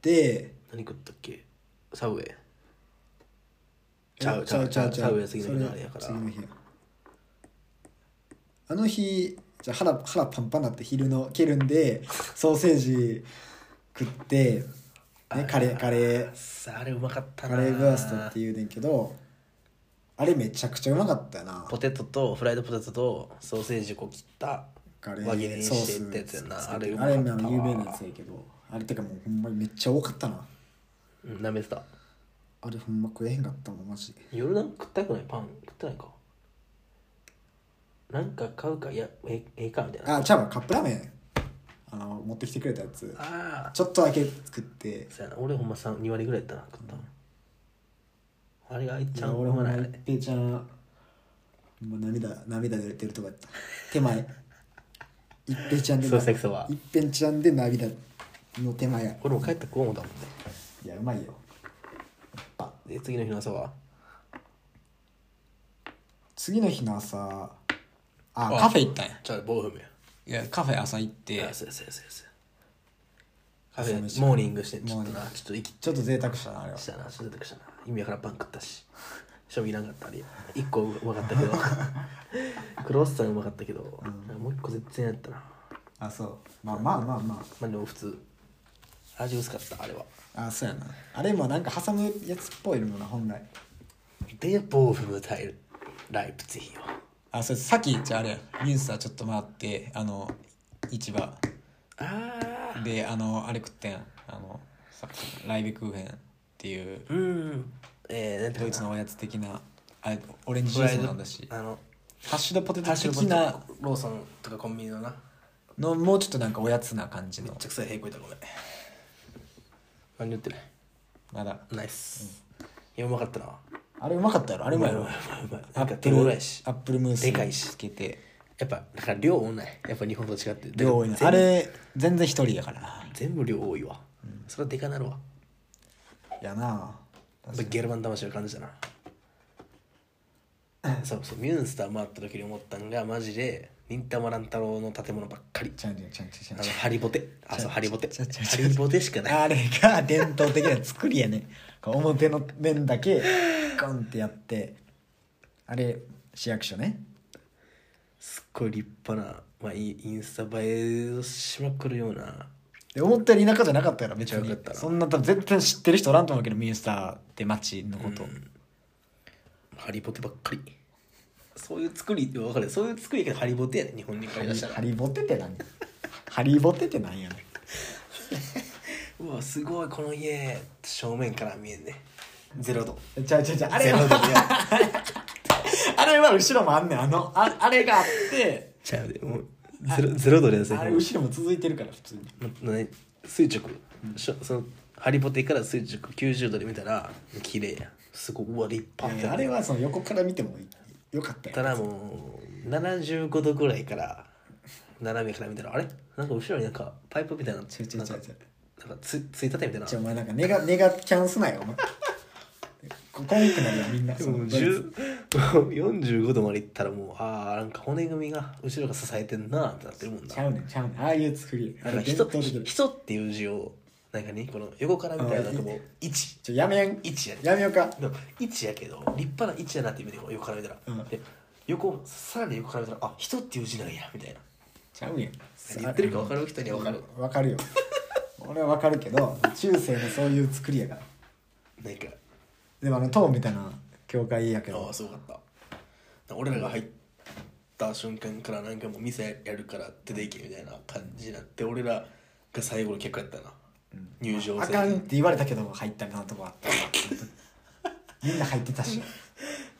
[SPEAKER 2] て
[SPEAKER 1] 何食ったっけサブウェイちゃうちゃう
[SPEAKER 2] ちゃう
[SPEAKER 1] ちゃうサブウェイ次の日のあれやから
[SPEAKER 2] そ次の日やあの日じゃあ腹腹パンパンなって昼のケル ンでソーセージ食って、ね、カレーカレー
[SPEAKER 1] さああれうまかった
[SPEAKER 2] カ
[SPEAKER 1] な
[SPEAKER 2] レーブーストっていうねんけどあれめちゃくちゃうまかったよな
[SPEAKER 1] ポテトとフライドポテトとソーセージをこう切った
[SPEAKER 2] カレー
[SPEAKER 1] 輪切りに
[SPEAKER 2] ソー
[SPEAKER 1] し
[SPEAKER 2] ス
[SPEAKER 1] てってやつやなあ
[SPEAKER 2] あ
[SPEAKER 1] れ
[SPEAKER 2] れ
[SPEAKER 1] う
[SPEAKER 2] あ
[SPEAKER 1] まか
[SPEAKER 2] れ
[SPEAKER 1] っ
[SPEAKER 2] まあ
[SPEAKER 1] たわ
[SPEAKER 2] 有名なやつやけどあれてかもうほんまにめっちゃ多かったな
[SPEAKER 1] うん舐めてた
[SPEAKER 2] あれほんま食えへんかったもんマジで
[SPEAKER 1] 夜なんか食ったくないパン食ってないかなんか買うかいやえええかみたいなあ
[SPEAKER 2] あちゃうわカップラーメンあの持ってきてくれたやつ
[SPEAKER 1] あ
[SPEAKER 2] ちょっとだけ作って
[SPEAKER 1] そうやな俺ほんま2割ぐらいやったな食ったの、あれがいっち
[SPEAKER 2] じ
[SPEAKER 1] ゃ
[SPEAKER 2] ゃ
[SPEAKER 1] ん
[SPEAKER 2] あ
[SPEAKER 1] ほ
[SPEAKER 2] 俺
[SPEAKER 1] んま
[SPEAKER 2] も
[SPEAKER 1] な
[SPEAKER 2] ない
[SPEAKER 1] あ
[SPEAKER 2] 一
[SPEAKER 1] れ
[SPEAKER 2] 平ちゃんもう涙涙出てるとかやった手前一平ちゃんで
[SPEAKER 1] そうセクソは
[SPEAKER 2] 一平ちゃんで涙の手前や
[SPEAKER 1] 俺も帰ったら食おう思ったもんね
[SPEAKER 2] いやうまいよあ
[SPEAKER 1] で次の日の朝は
[SPEAKER 2] 次の日の朝あカフェ行ったんや
[SPEAKER 1] ちゃうボーフムや
[SPEAKER 2] いやカフェ朝行っ
[SPEAKER 1] い
[SPEAKER 2] て
[SPEAKER 1] やそうやそうやそうやそうやカフェ
[SPEAKER 2] 朝飯
[SPEAKER 1] モーニングしてちょっと
[SPEAKER 2] モー
[SPEAKER 1] なちょっと息
[SPEAKER 2] ちょっと贅沢したなあれは
[SPEAKER 1] したなちょっと出てくしたな意味わからんパン食ったし将棋なんかあったり1個うまかったけどクロワッサンうまかったけど、もう1個全然やったな
[SPEAKER 2] あそうまあまあまあまあ
[SPEAKER 1] まあでも普通味薄かったあれは
[SPEAKER 2] あそうやなあれもなんか挟むやつっぽいのな本来
[SPEAKER 1] でボーフムタイルライプツィヒは
[SPEAKER 2] あそうさっきじゃああれやミュンスターちょっと回ってあの市場
[SPEAKER 1] ああ
[SPEAKER 2] であのあれ食ってんあのさっきのライベクーヘンっていう
[SPEAKER 1] うんえー、なんてい
[SPEAKER 2] ド
[SPEAKER 1] う
[SPEAKER 2] イ
[SPEAKER 1] か
[SPEAKER 2] ツ
[SPEAKER 1] な
[SPEAKER 2] のおやつ的なあれオレンジジ
[SPEAKER 1] フ
[SPEAKER 2] ュー
[SPEAKER 1] ラ
[SPEAKER 2] ス
[SPEAKER 1] イ
[SPEAKER 2] も
[SPEAKER 1] ド
[SPEAKER 2] なんだし
[SPEAKER 1] あの
[SPEAKER 2] ハッシュドポテ
[SPEAKER 1] ハ
[SPEAKER 2] ト
[SPEAKER 1] ッシュ
[SPEAKER 2] 的
[SPEAKER 1] ドポテ
[SPEAKER 2] な
[SPEAKER 1] トローソンとかコンビニのな
[SPEAKER 2] のもうちょっとなんかおやつな感じの
[SPEAKER 1] めっちゃくさい平行いたごめん何言ってない
[SPEAKER 2] まだ
[SPEAKER 1] ナイス、いやうまかったな
[SPEAKER 2] あれうまかったやろあれうまいや
[SPEAKER 1] う
[SPEAKER 2] ろ
[SPEAKER 1] まいうまいうまい
[SPEAKER 2] ア
[SPEAKER 1] なんか
[SPEAKER 2] ップ
[SPEAKER 1] 手
[SPEAKER 2] ル
[SPEAKER 1] 頃やし
[SPEAKER 2] アップルムース
[SPEAKER 1] でかいし
[SPEAKER 2] つけて
[SPEAKER 1] やっぱだから量多ないやっぱ日本と違って
[SPEAKER 2] 量多いな
[SPEAKER 1] 全
[SPEAKER 2] あれ全然一人やからな
[SPEAKER 1] 全部量多いわ、それはでかなるわ
[SPEAKER 2] やな
[SPEAKER 1] やっぱゲルマン魂を感じた なそうそうミュンスター回った時に思ったんがマジで忍たま乱太郎の建物ばっかり
[SPEAKER 2] ちゃんちゃんちゃんち
[SPEAKER 1] あ
[SPEAKER 2] ゃん
[SPEAKER 1] の
[SPEAKER 2] ちゃん
[SPEAKER 1] ハリボテあそうハリボテ
[SPEAKER 2] ちょちょちょ
[SPEAKER 1] ハリボテしかない
[SPEAKER 2] あれが伝統的な作りやねこう表の面だけゴンってやってあれ市役所ね
[SPEAKER 1] すっごい立派な、まあ、インインスタ映えをしまくるような
[SPEAKER 2] で思ったより田舎じゃなかったから別
[SPEAKER 1] めっちゃ
[SPEAKER 2] に
[SPEAKER 1] 良かったな
[SPEAKER 2] そんな多分絶対知ってる人おらんと思うけどミュースターって街のこと、
[SPEAKER 1] ハリボテばっかりそういう作り分かるそういう作りやけどハリボテやね日本に帰りだしたら
[SPEAKER 2] ハリボテって何ハリボテって何やねん
[SPEAKER 1] うわすごいこの家正面から見えんねゼロ度
[SPEAKER 2] ちゃうちゃうちゃうあ
[SPEAKER 1] ゼ
[SPEAKER 2] れ
[SPEAKER 1] ロ度で
[SPEAKER 2] あれは後ろもあんねんあのああれがあって
[SPEAKER 1] ちゃうでもうゼロゼロ度でや
[SPEAKER 2] あれ後ろも続いてるから普通に
[SPEAKER 1] なな垂直、しょそのハリボテから垂直90度で見たら綺麗やすごいうわ立派って
[SPEAKER 2] あれはその横から見てもよかったよ
[SPEAKER 1] たらもう75度ぐらいから斜めから見たらあれなんか後ろになんかパイプみたいなの
[SPEAKER 2] ちょちょちょちょ
[SPEAKER 1] なんかつついたてみたいな
[SPEAKER 2] じゃあお前なんかネガネガキャンスないよお前ここんくなるよみんな
[SPEAKER 1] でももう
[SPEAKER 2] 10
[SPEAKER 1] 10もう45度までいったらもうああなんか骨組みが後ろが支えてんなってなってるもんな
[SPEAKER 2] ちゃうねんちゃうねんああいう作り
[SPEAKER 1] なんか
[SPEAKER 2] 伝
[SPEAKER 1] 人
[SPEAKER 2] 統的な
[SPEAKER 1] 人っていう字をなんかねこの横から見たらなんかもう1
[SPEAKER 2] ちょやめやん
[SPEAKER 1] 1やね
[SPEAKER 2] やめようか
[SPEAKER 1] でも1やけど立派な1やなって意味でこう横から見たら、
[SPEAKER 2] うん
[SPEAKER 1] で横さらに横から見たらあ人っていう字なんやみたいな
[SPEAKER 2] ちゃうやん
[SPEAKER 1] 何言ってるか分かる人には分かる
[SPEAKER 2] わかるよ俺はわかるけど中世のそういう作りやから
[SPEAKER 1] なんか
[SPEAKER 2] でもあの塔みたいな教会やけ
[SPEAKER 1] あ
[SPEAKER 2] ど
[SPEAKER 1] あすごかった俺らが入った瞬間からなんかもう店やるから出ていけみたいな感じになって俺らが最後の結果やったな、入場
[SPEAKER 2] あ
[SPEAKER 1] 制
[SPEAKER 2] かんって言われたけど入ったなとこあったみんな入ってたし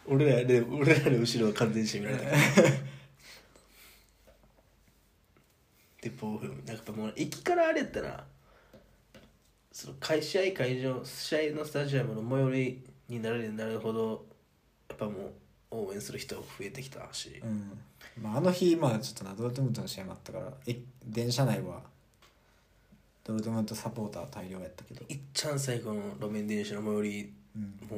[SPEAKER 1] 俺らで俺らの後ろは完全に閉められたから で暴風なんかもう駅からあれやったなその会試合会場試合のスタジアムの最寄りになるになるほどやっぱもう応援する人が増えてきたし、
[SPEAKER 2] うんまあ、あの日、まあ、ちょっとなドルトムントの試合もあったからえ電車内はドルトムントサポーター大量やったけど
[SPEAKER 1] いっちゃん最後の路面電車の最寄り、も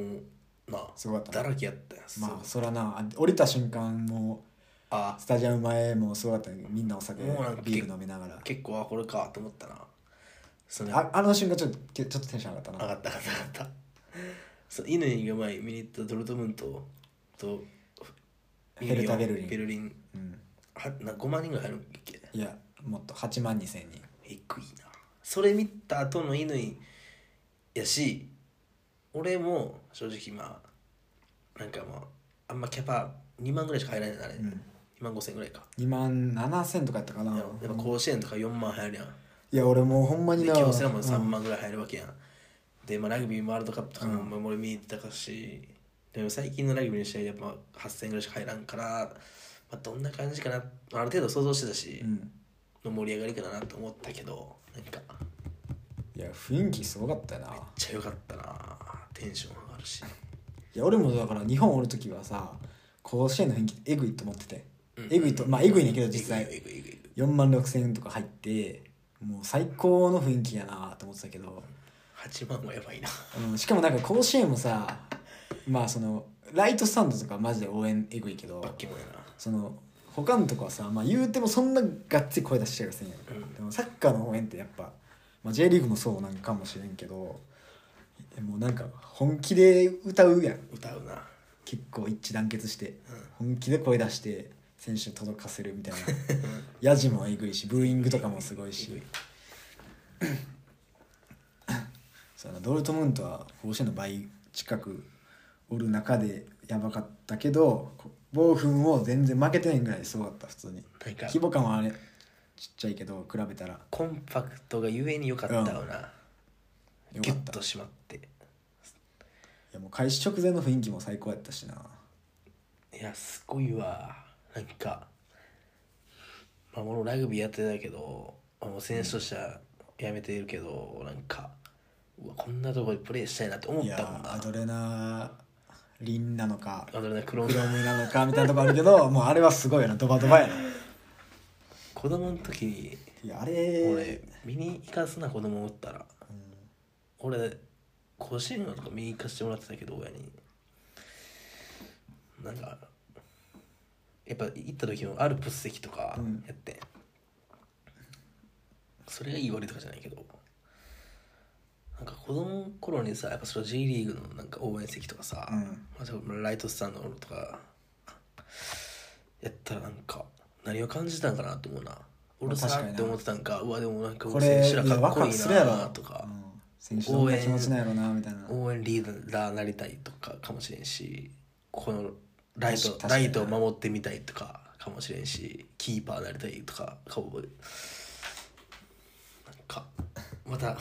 [SPEAKER 1] うなあ
[SPEAKER 2] すごかったな
[SPEAKER 1] だらけやったやん
[SPEAKER 2] まあそらなあ降りた瞬間も
[SPEAKER 1] あ
[SPEAKER 2] うスタジアム前もそうだったけどみんなお酒
[SPEAKER 1] もうなんか
[SPEAKER 2] ビール飲みながら
[SPEAKER 1] 結構あこれかと思ったなその
[SPEAKER 2] ああの瞬間ちょっとけちょっとテンション上がった
[SPEAKER 1] 上
[SPEAKER 2] な
[SPEAKER 1] がった上がった上がったそう乾が前見に行ったドルトムントと
[SPEAKER 2] ヘルタベルリン
[SPEAKER 1] ベルリン
[SPEAKER 2] うん
[SPEAKER 1] はな5万人ぐらい入るんだっけ
[SPEAKER 2] いやもっと8万2千人
[SPEAKER 1] えぐいなそれ見た後の乾やし俺も正直まあなんかまああんまキャパ2万ぐらいしか入らないなあれ、
[SPEAKER 2] ん
[SPEAKER 1] 2万5千ぐらいか
[SPEAKER 2] 2万7千とかやったかな
[SPEAKER 1] やっぱ甲子園とか4万入るやん
[SPEAKER 2] いや俺もうほんまに
[SPEAKER 1] で
[SPEAKER 2] な
[SPEAKER 1] 京セラも3
[SPEAKER 2] うん
[SPEAKER 1] 万ぐらい入るわけやん、で、まあ、ラグビーワールドカップとかも俺見に行ってたかし、でも最近のラグビーの試合やっぱ8000ぐらいしか入らんから、まあ、どんな感じかなある程度想像してたし、
[SPEAKER 2] うん
[SPEAKER 1] の盛り上がりかなと思ったけどなんかめっ
[SPEAKER 2] いや雰囲気すごかったよな
[SPEAKER 1] ちゃ良かったなテンション上がるし
[SPEAKER 2] いや俺もだから日本おる時はさ甲子園の雰囲気えぐいと思ってて、えぐいとまあえぐいねんけど実
[SPEAKER 1] え
[SPEAKER 2] 際
[SPEAKER 1] ぐいえぐいえぐい
[SPEAKER 2] 4万6千とか入ってもう最高の雰囲気やなと思ってたけど、
[SPEAKER 1] 8万はやばいな
[SPEAKER 2] うん、しかもなんか甲子園もさまあそのライトスタンドとかマジで応援えぐいけど
[SPEAKER 1] バッキモやな
[SPEAKER 2] その他のとこはさ、まあ、言うてもそんながっつり声出しちゃいませんやんか、
[SPEAKER 1] うん
[SPEAKER 2] でもサッカーの応援ってやっぱ、まあ、J リーグもそうなんかもしれんけどえもうなんか本気で歌うやん
[SPEAKER 1] 歌うな
[SPEAKER 2] 結構一致団結して、本気で声出して選手に届かせる みたいなやじもえぐいしブーイングとかもすごいしドルトムントは甲子園の倍近くおる中でやばかったけどこボーフンを全然負けてないぐらいすごかった普通に
[SPEAKER 1] なんか
[SPEAKER 2] 規模感はあれちっちゃいけど比べたら
[SPEAKER 1] コンパクトがゆえに良かったよな、
[SPEAKER 2] よ
[SPEAKER 1] ギュ
[SPEAKER 2] か
[SPEAKER 1] ッ
[SPEAKER 2] った
[SPEAKER 1] と
[SPEAKER 2] い
[SPEAKER 1] しまって
[SPEAKER 2] やもう開始直前の雰囲気も最高やったしない
[SPEAKER 1] やすごいわなんかまあ俺もラグビーやってたけどもう選手としてはやめてるけど、なんかうわこんなとこでプレーしたいなって思っ
[SPEAKER 2] い
[SPEAKER 1] たもん
[SPEAKER 2] や
[SPEAKER 1] な
[SPEAKER 2] アドレナリンなのか
[SPEAKER 1] アドレナクロ
[SPEAKER 2] クロ
[SPEAKER 1] ーン
[SPEAKER 2] ムなのかみたいなとこあるけどもうあれはすごいよなドバドバやな
[SPEAKER 1] 子供の時に
[SPEAKER 2] いやあ
[SPEAKER 1] 俺
[SPEAKER 2] れ
[SPEAKER 1] 見に行かすな子供おったら、俺甲子園とか見に行かしてもらってたけど親になんかやっぱ行った時もアルプス席とか
[SPEAKER 2] うん
[SPEAKER 1] やって、それがいい悪いとかじゃないけどなんか子供の頃にさやっぱその J リーグのなんか応援席とかさ、
[SPEAKER 2] うん
[SPEAKER 1] まあ、多分ライトスタンドとかやったらなんか何を感じたんかなと思うな俺
[SPEAKER 2] まあ確
[SPEAKER 1] さ
[SPEAKER 2] かにな
[SPEAKER 1] って思ってたんかうわでもなんか
[SPEAKER 2] これ
[SPEAKER 1] 選手ら
[SPEAKER 2] いや
[SPEAKER 1] か
[SPEAKER 2] ワ
[SPEAKER 1] っ
[SPEAKER 2] ク
[SPEAKER 1] こ
[SPEAKER 2] ワ
[SPEAKER 1] い
[SPEAKER 2] ク
[SPEAKER 1] い
[SPEAKER 2] するやろ
[SPEAKER 1] なとか
[SPEAKER 2] うん選手どんな気持ちなんやろなみたいな
[SPEAKER 1] 応援リーダーなりたいとかかもしれんしこのライト
[SPEAKER 2] 確かに
[SPEAKER 1] ライトを守ってみたいとかかもしれんしキーパーなりたいとかかもなんかまたあ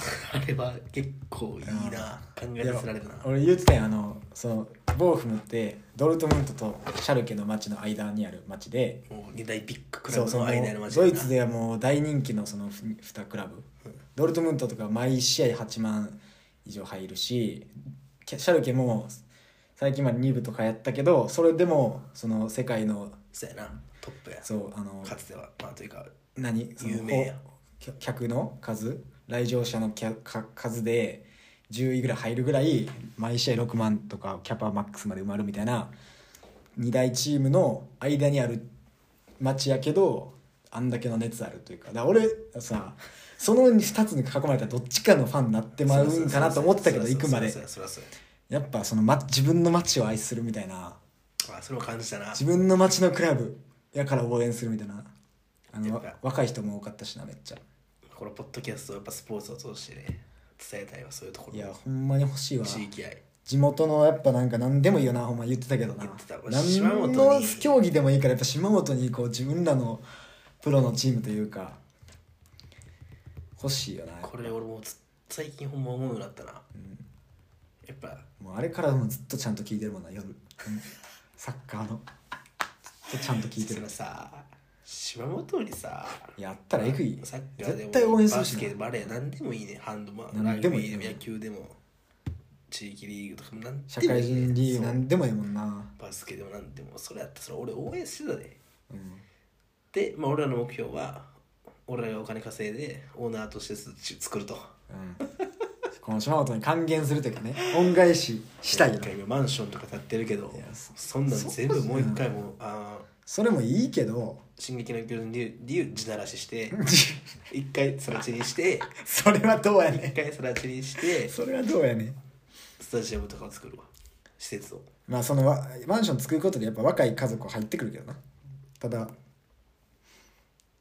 [SPEAKER 1] れは結構いいな考えさせられたな
[SPEAKER 2] 俺言ってたよあのそのボーフムってドルトムントとシャルケの街の間にある街で
[SPEAKER 1] もう二大ビッグクラ
[SPEAKER 2] そう
[SPEAKER 1] ブ
[SPEAKER 2] そ
[SPEAKER 1] の
[SPEAKER 2] の
[SPEAKER 1] 間の街
[SPEAKER 2] ドイツではもう大人気のその2クラブ、ドルトムントとか毎試合8万以上入るしシャルケも最近まで2部とかやったけどそれでもその世界の
[SPEAKER 1] そうやなトップや
[SPEAKER 2] そうあの
[SPEAKER 1] かつてはまあというか
[SPEAKER 2] 何その
[SPEAKER 1] 有名や
[SPEAKER 2] ほ客の数来場者の客か数で10位ぐらい入るぐらい毎試合6万とかキャパマックスまで埋まるみたいな2大チームの間にある街やけどあんだけの熱あるというかだから俺さその2つに囲まれたらどっちかのファンになってまうんかなと思ってたけど行くまで
[SPEAKER 1] そうやそうやそうや
[SPEAKER 2] やっぱその、ま、自分の街を愛するみたいな
[SPEAKER 1] そうやあそれを感じたな
[SPEAKER 2] 自分の街のクラブやから応援するみたいなあの
[SPEAKER 1] や
[SPEAKER 2] わ
[SPEAKER 1] っぱ
[SPEAKER 2] 若い人も多かったしなめっちゃ。
[SPEAKER 1] このポッドキャストをやっぱスポーツを通してね伝えたいはそういうところ
[SPEAKER 2] いやほんまに欲しいわ
[SPEAKER 1] 地域愛
[SPEAKER 2] 地元のやっぱなんか何でもいいよなほんま言ってたけどな
[SPEAKER 1] 言ってた
[SPEAKER 2] 何
[SPEAKER 1] 島本に
[SPEAKER 2] の競技でもいいからやっぱ島本にこう自分らのプロのチームというか欲しいよな
[SPEAKER 1] これ俺もつ最近ほんま思うようになったな、やっぱ
[SPEAKER 2] もうあれからもずっとちゃんと聞いてるもんな 夜うんサッカーのずっとちゃんと聞いて
[SPEAKER 1] そ
[SPEAKER 2] る
[SPEAKER 1] のさ島本にさ
[SPEAKER 2] いやあったらえぐい
[SPEAKER 1] サッカーで
[SPEAKER 2] 絶
[SPEAKER 1] も
[SPEAKER 2] 対応援する
[SPEAKER 1] バス
[SPEAKER 2] し
[SPEAKER 1] ケ
[SPEAKER 2] な
[SPEAKER 1] バレー何でもいいねハンドマンラ
[SPEAKER 2] 何
[SPEAKER 1] グ
[SPEAKER 2] で
[SPEAKER 1] ビ
[SPEAKER 2] もいい
[SPEAKER 1] ーでも野球でも地域リーグとかも何でもいいね
[SPEAKER 2] 社会人リーグ
[SPEAKER 1] そう
[SPEAKER 2] 何でもいいもんな
[SPEAKER 1] バスケでもなんでもそれやったらそれ俺応援してたで
[SPEAKER 2] うん
[SPEAKER 1] で、まあ、俺らの目標は俺らがお金稼いでオーナーとして作ると
[SPEAKER 2] うんこの島本に還元するというかね恩返ししたい
[SPEAKER 1] 一
[SPEAKER 2] よな
[SPEAKER 1] 回今マンションとか建ってるけど
[SPEAKER 2] いやそ
[SPEAKER 1] そんなん全部
[SPEAKER 2] そう
[SPEAKER 1] もう一回もうあー
[SPEAKER 2] それもいいけど
[SPEAKER 1] 進撃の巨人で言う地ならし して一回さら地にして
[SPEAKER 2] それはどうやね
[SPEAKER 1] 一
[SPEAKER 2] ん
[SPEAKER 1] 回さら地にして
[SPEAKER 2] それはどうやねん
[SPEAKER 1] スタジアムとかを作るわ施設を
[SPEAKER 2] まあそのわマンション作ることでやっぱ若い家族は入ってくるけどなただ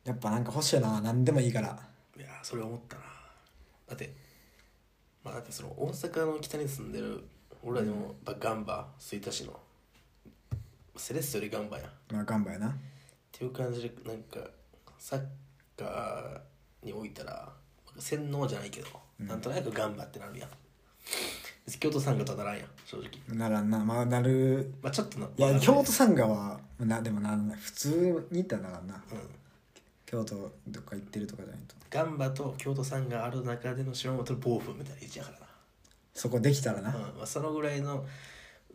[SPEAKER 2] やっぱなんか欲しいな何でもいいから
[SPEAKER 1] いやーそれ思ったなだってまあだってその大阪の北に住んでる俺らでもやっぱガンバ吹田市のセレッソよりガンバやんっ
[SPEAKER 2] まあ頑張やな
[SPEAKER 1] ていう感じでなんかサッカーにおいたら洗脳じゃないけど、なんとなくガンバってなるやん京都参加とはならんやん正直
[SPEAKER 2] ならんなまあなる
[SPEAKER 1] まあちょっとない
[SPEAKER 2] や京都サンガはなでもならない普通に行ったらならんな
[SPEAKER 1] うん
[SPEAKER 2] 京都どっか行ってるとかじゃないと
[SPEAKER 1] ガンバと京都さんがある中での島本の暴風みたいな位置やからな
[SPEAKER 2] そこできたらな、
[SPEAKER 1] うんまあ、そのぐらいの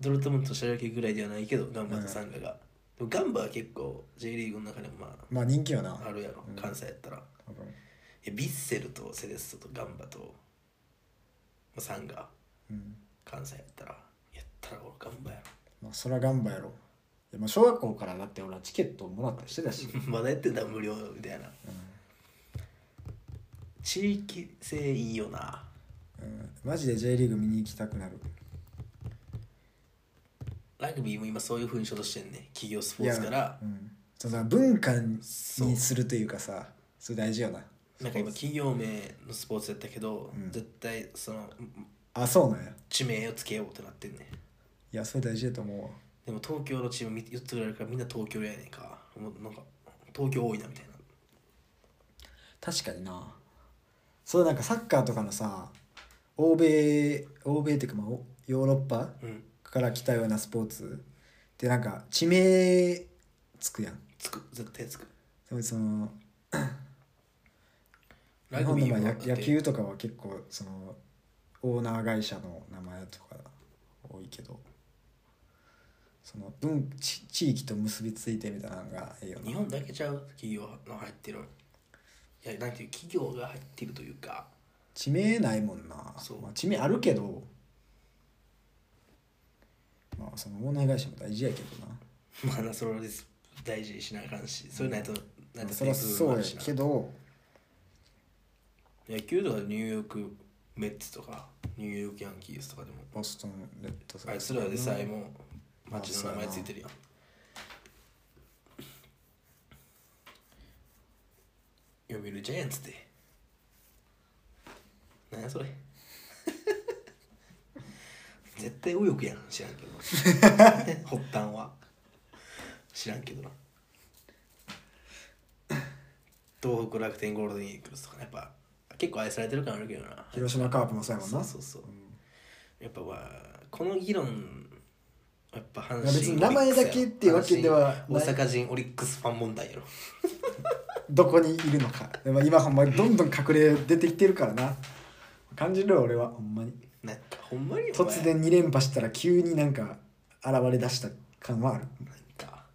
[SPEAKER 1] ドルトムントシャルケぐらいではないけどガンバとサンガが、でもガンバは結構 J リーグの中でもま
[SPEAKER 2] まあ人気よな
[SPEAKER 1] ああるやろ関西やったら、い
[SPEAKER 2] 多分
[SPEAKER 1] やビッセルとセレッソとガンバと、まあ、サンガ
[SPEAKER 2] うん
[SPEAKER 1] 関西やったらやったら俺ガンバや
[SPEAKER 2] まあそら頑張やろいやまあ小学校からだって俺はチケットもらったりしてたし
[SPEAKER 1] ろ まだやってんだ無料みたいな、地域性いいよな
[SPEAKER 2] うんマジで J リーグ見に行きたくなる
[SPEAKER 1] ラグビーも今そういうふうにしようとしてんね企業スポーツか
[SPEAKER 2] いや
[SPEAKER 1] ら
[SPEAKER 2] うん、そのさ文化に
[SPEAKER 1] そう
[SPEAKER 2] するというかさそれ大事よな
[SPEAKER 1] なんか今企業名のスポーツやったけど、
[SPEAKER 2] うん
[SPEAKER 1] 絶対そのん
[SPEAKER 2] あそうなんや
[SPEAKER 1] 地名をつけようってなってんねん
[SPEAKER 2] いやそれ大事だと思うわ
[SPEAKER 1] でも東京のチーム4つぐらいあるからみんな東京やねんかもうなんか東京多いなみたいな
[SPEAKER 2] 確かになそうなんかサッカーとかのさ欧米欧米っていうかまあおヨーロッパ
[SPEAKER 1] うん
[SPEAKER 2] から来たようなスポーツってなんか地名つくやん
[SPEAKER 1] つく絶対つく
[SPEAKER 2] でもその
[SPEAKER 1] ラグ
[SPEAKER 2] 日本
[SPEAKER 1] ビ
[SPEAKER 2] の
[SPEAKER 1] ー
[SPEAKER 2] ま
[SPEAKER 1] は
[SPEAKER 2] あ
[SPEAKER 1] だ
[SPEAKER 2] や
[SPEAKER 1] って
[SPEAKER 2] 野球とかは結構そのオーナー会社の名前とか多いけどその分地地域と結びついてみたいなのがいいよ
[SPEAKER 1] 日
[SPEAKER 2] な
[SPEAKER 1] 本だけちゃう企業の入ってるいやなんていう企業が入ってるというか
[SPEAKER 2] 地名ないもんな
[SPEAKER 1] そう
[SPEAKER 2] まあ、地名あるけどまあそのオーナー会社も大事やけどな
[SPEAKER 1] まあなそれは大事にしなあかんしそういうないとない
[SPEAKER 2] まあ
[SPEAKER 1] と
[SPEAKER 2] そりゃそうやけど
[SPEAKER 1] 野球とかニューヨークメッツとかニューヨークヤンキースとかでも
[SPEAKER 2] ボストンレッドソッ
[SPEAKER 1] あ
[SPEAKER 2] ク
[SPEAKER 1] い
[SPEAKER 2] ス
[SPEAKER 1] つらでさえ
[SPEAKER 2] うん
[SPEAKER 1] も街の名前ついてるやん読売ジャイアンツって何やそれ 絶対右翼やん知らん けど発端は知らんけどな東北楽天ゴールデンイーグルスとかねやっぱ結構愛されてる感あるけどな
[SPEAKER 2] 広島カープもそうやもんな
[SPEAKER 1] そうそうそうやっぱはこの議論やっぱ阪神
[SPEAKER 2] いや別に名前だけっていうわけで
[SPEAKER 1] 阪
[SPEAKER 2] は
[SPEAKER 1] 神
[SPEAKER 2] ない
[SPEAKER 1] 大阪人オリックスファン問題やろ
[SPEAKER 2] どこにいるのかでも今ほんまにどんどん隠れ出てきてるからな感じるよ俺はほんまに
[SPEAKER 1] なんかほんまにお前
[SPEAKER 2] 突然2連覇したら急になんか現れ出した感はある
[SPEAKER 1] なんか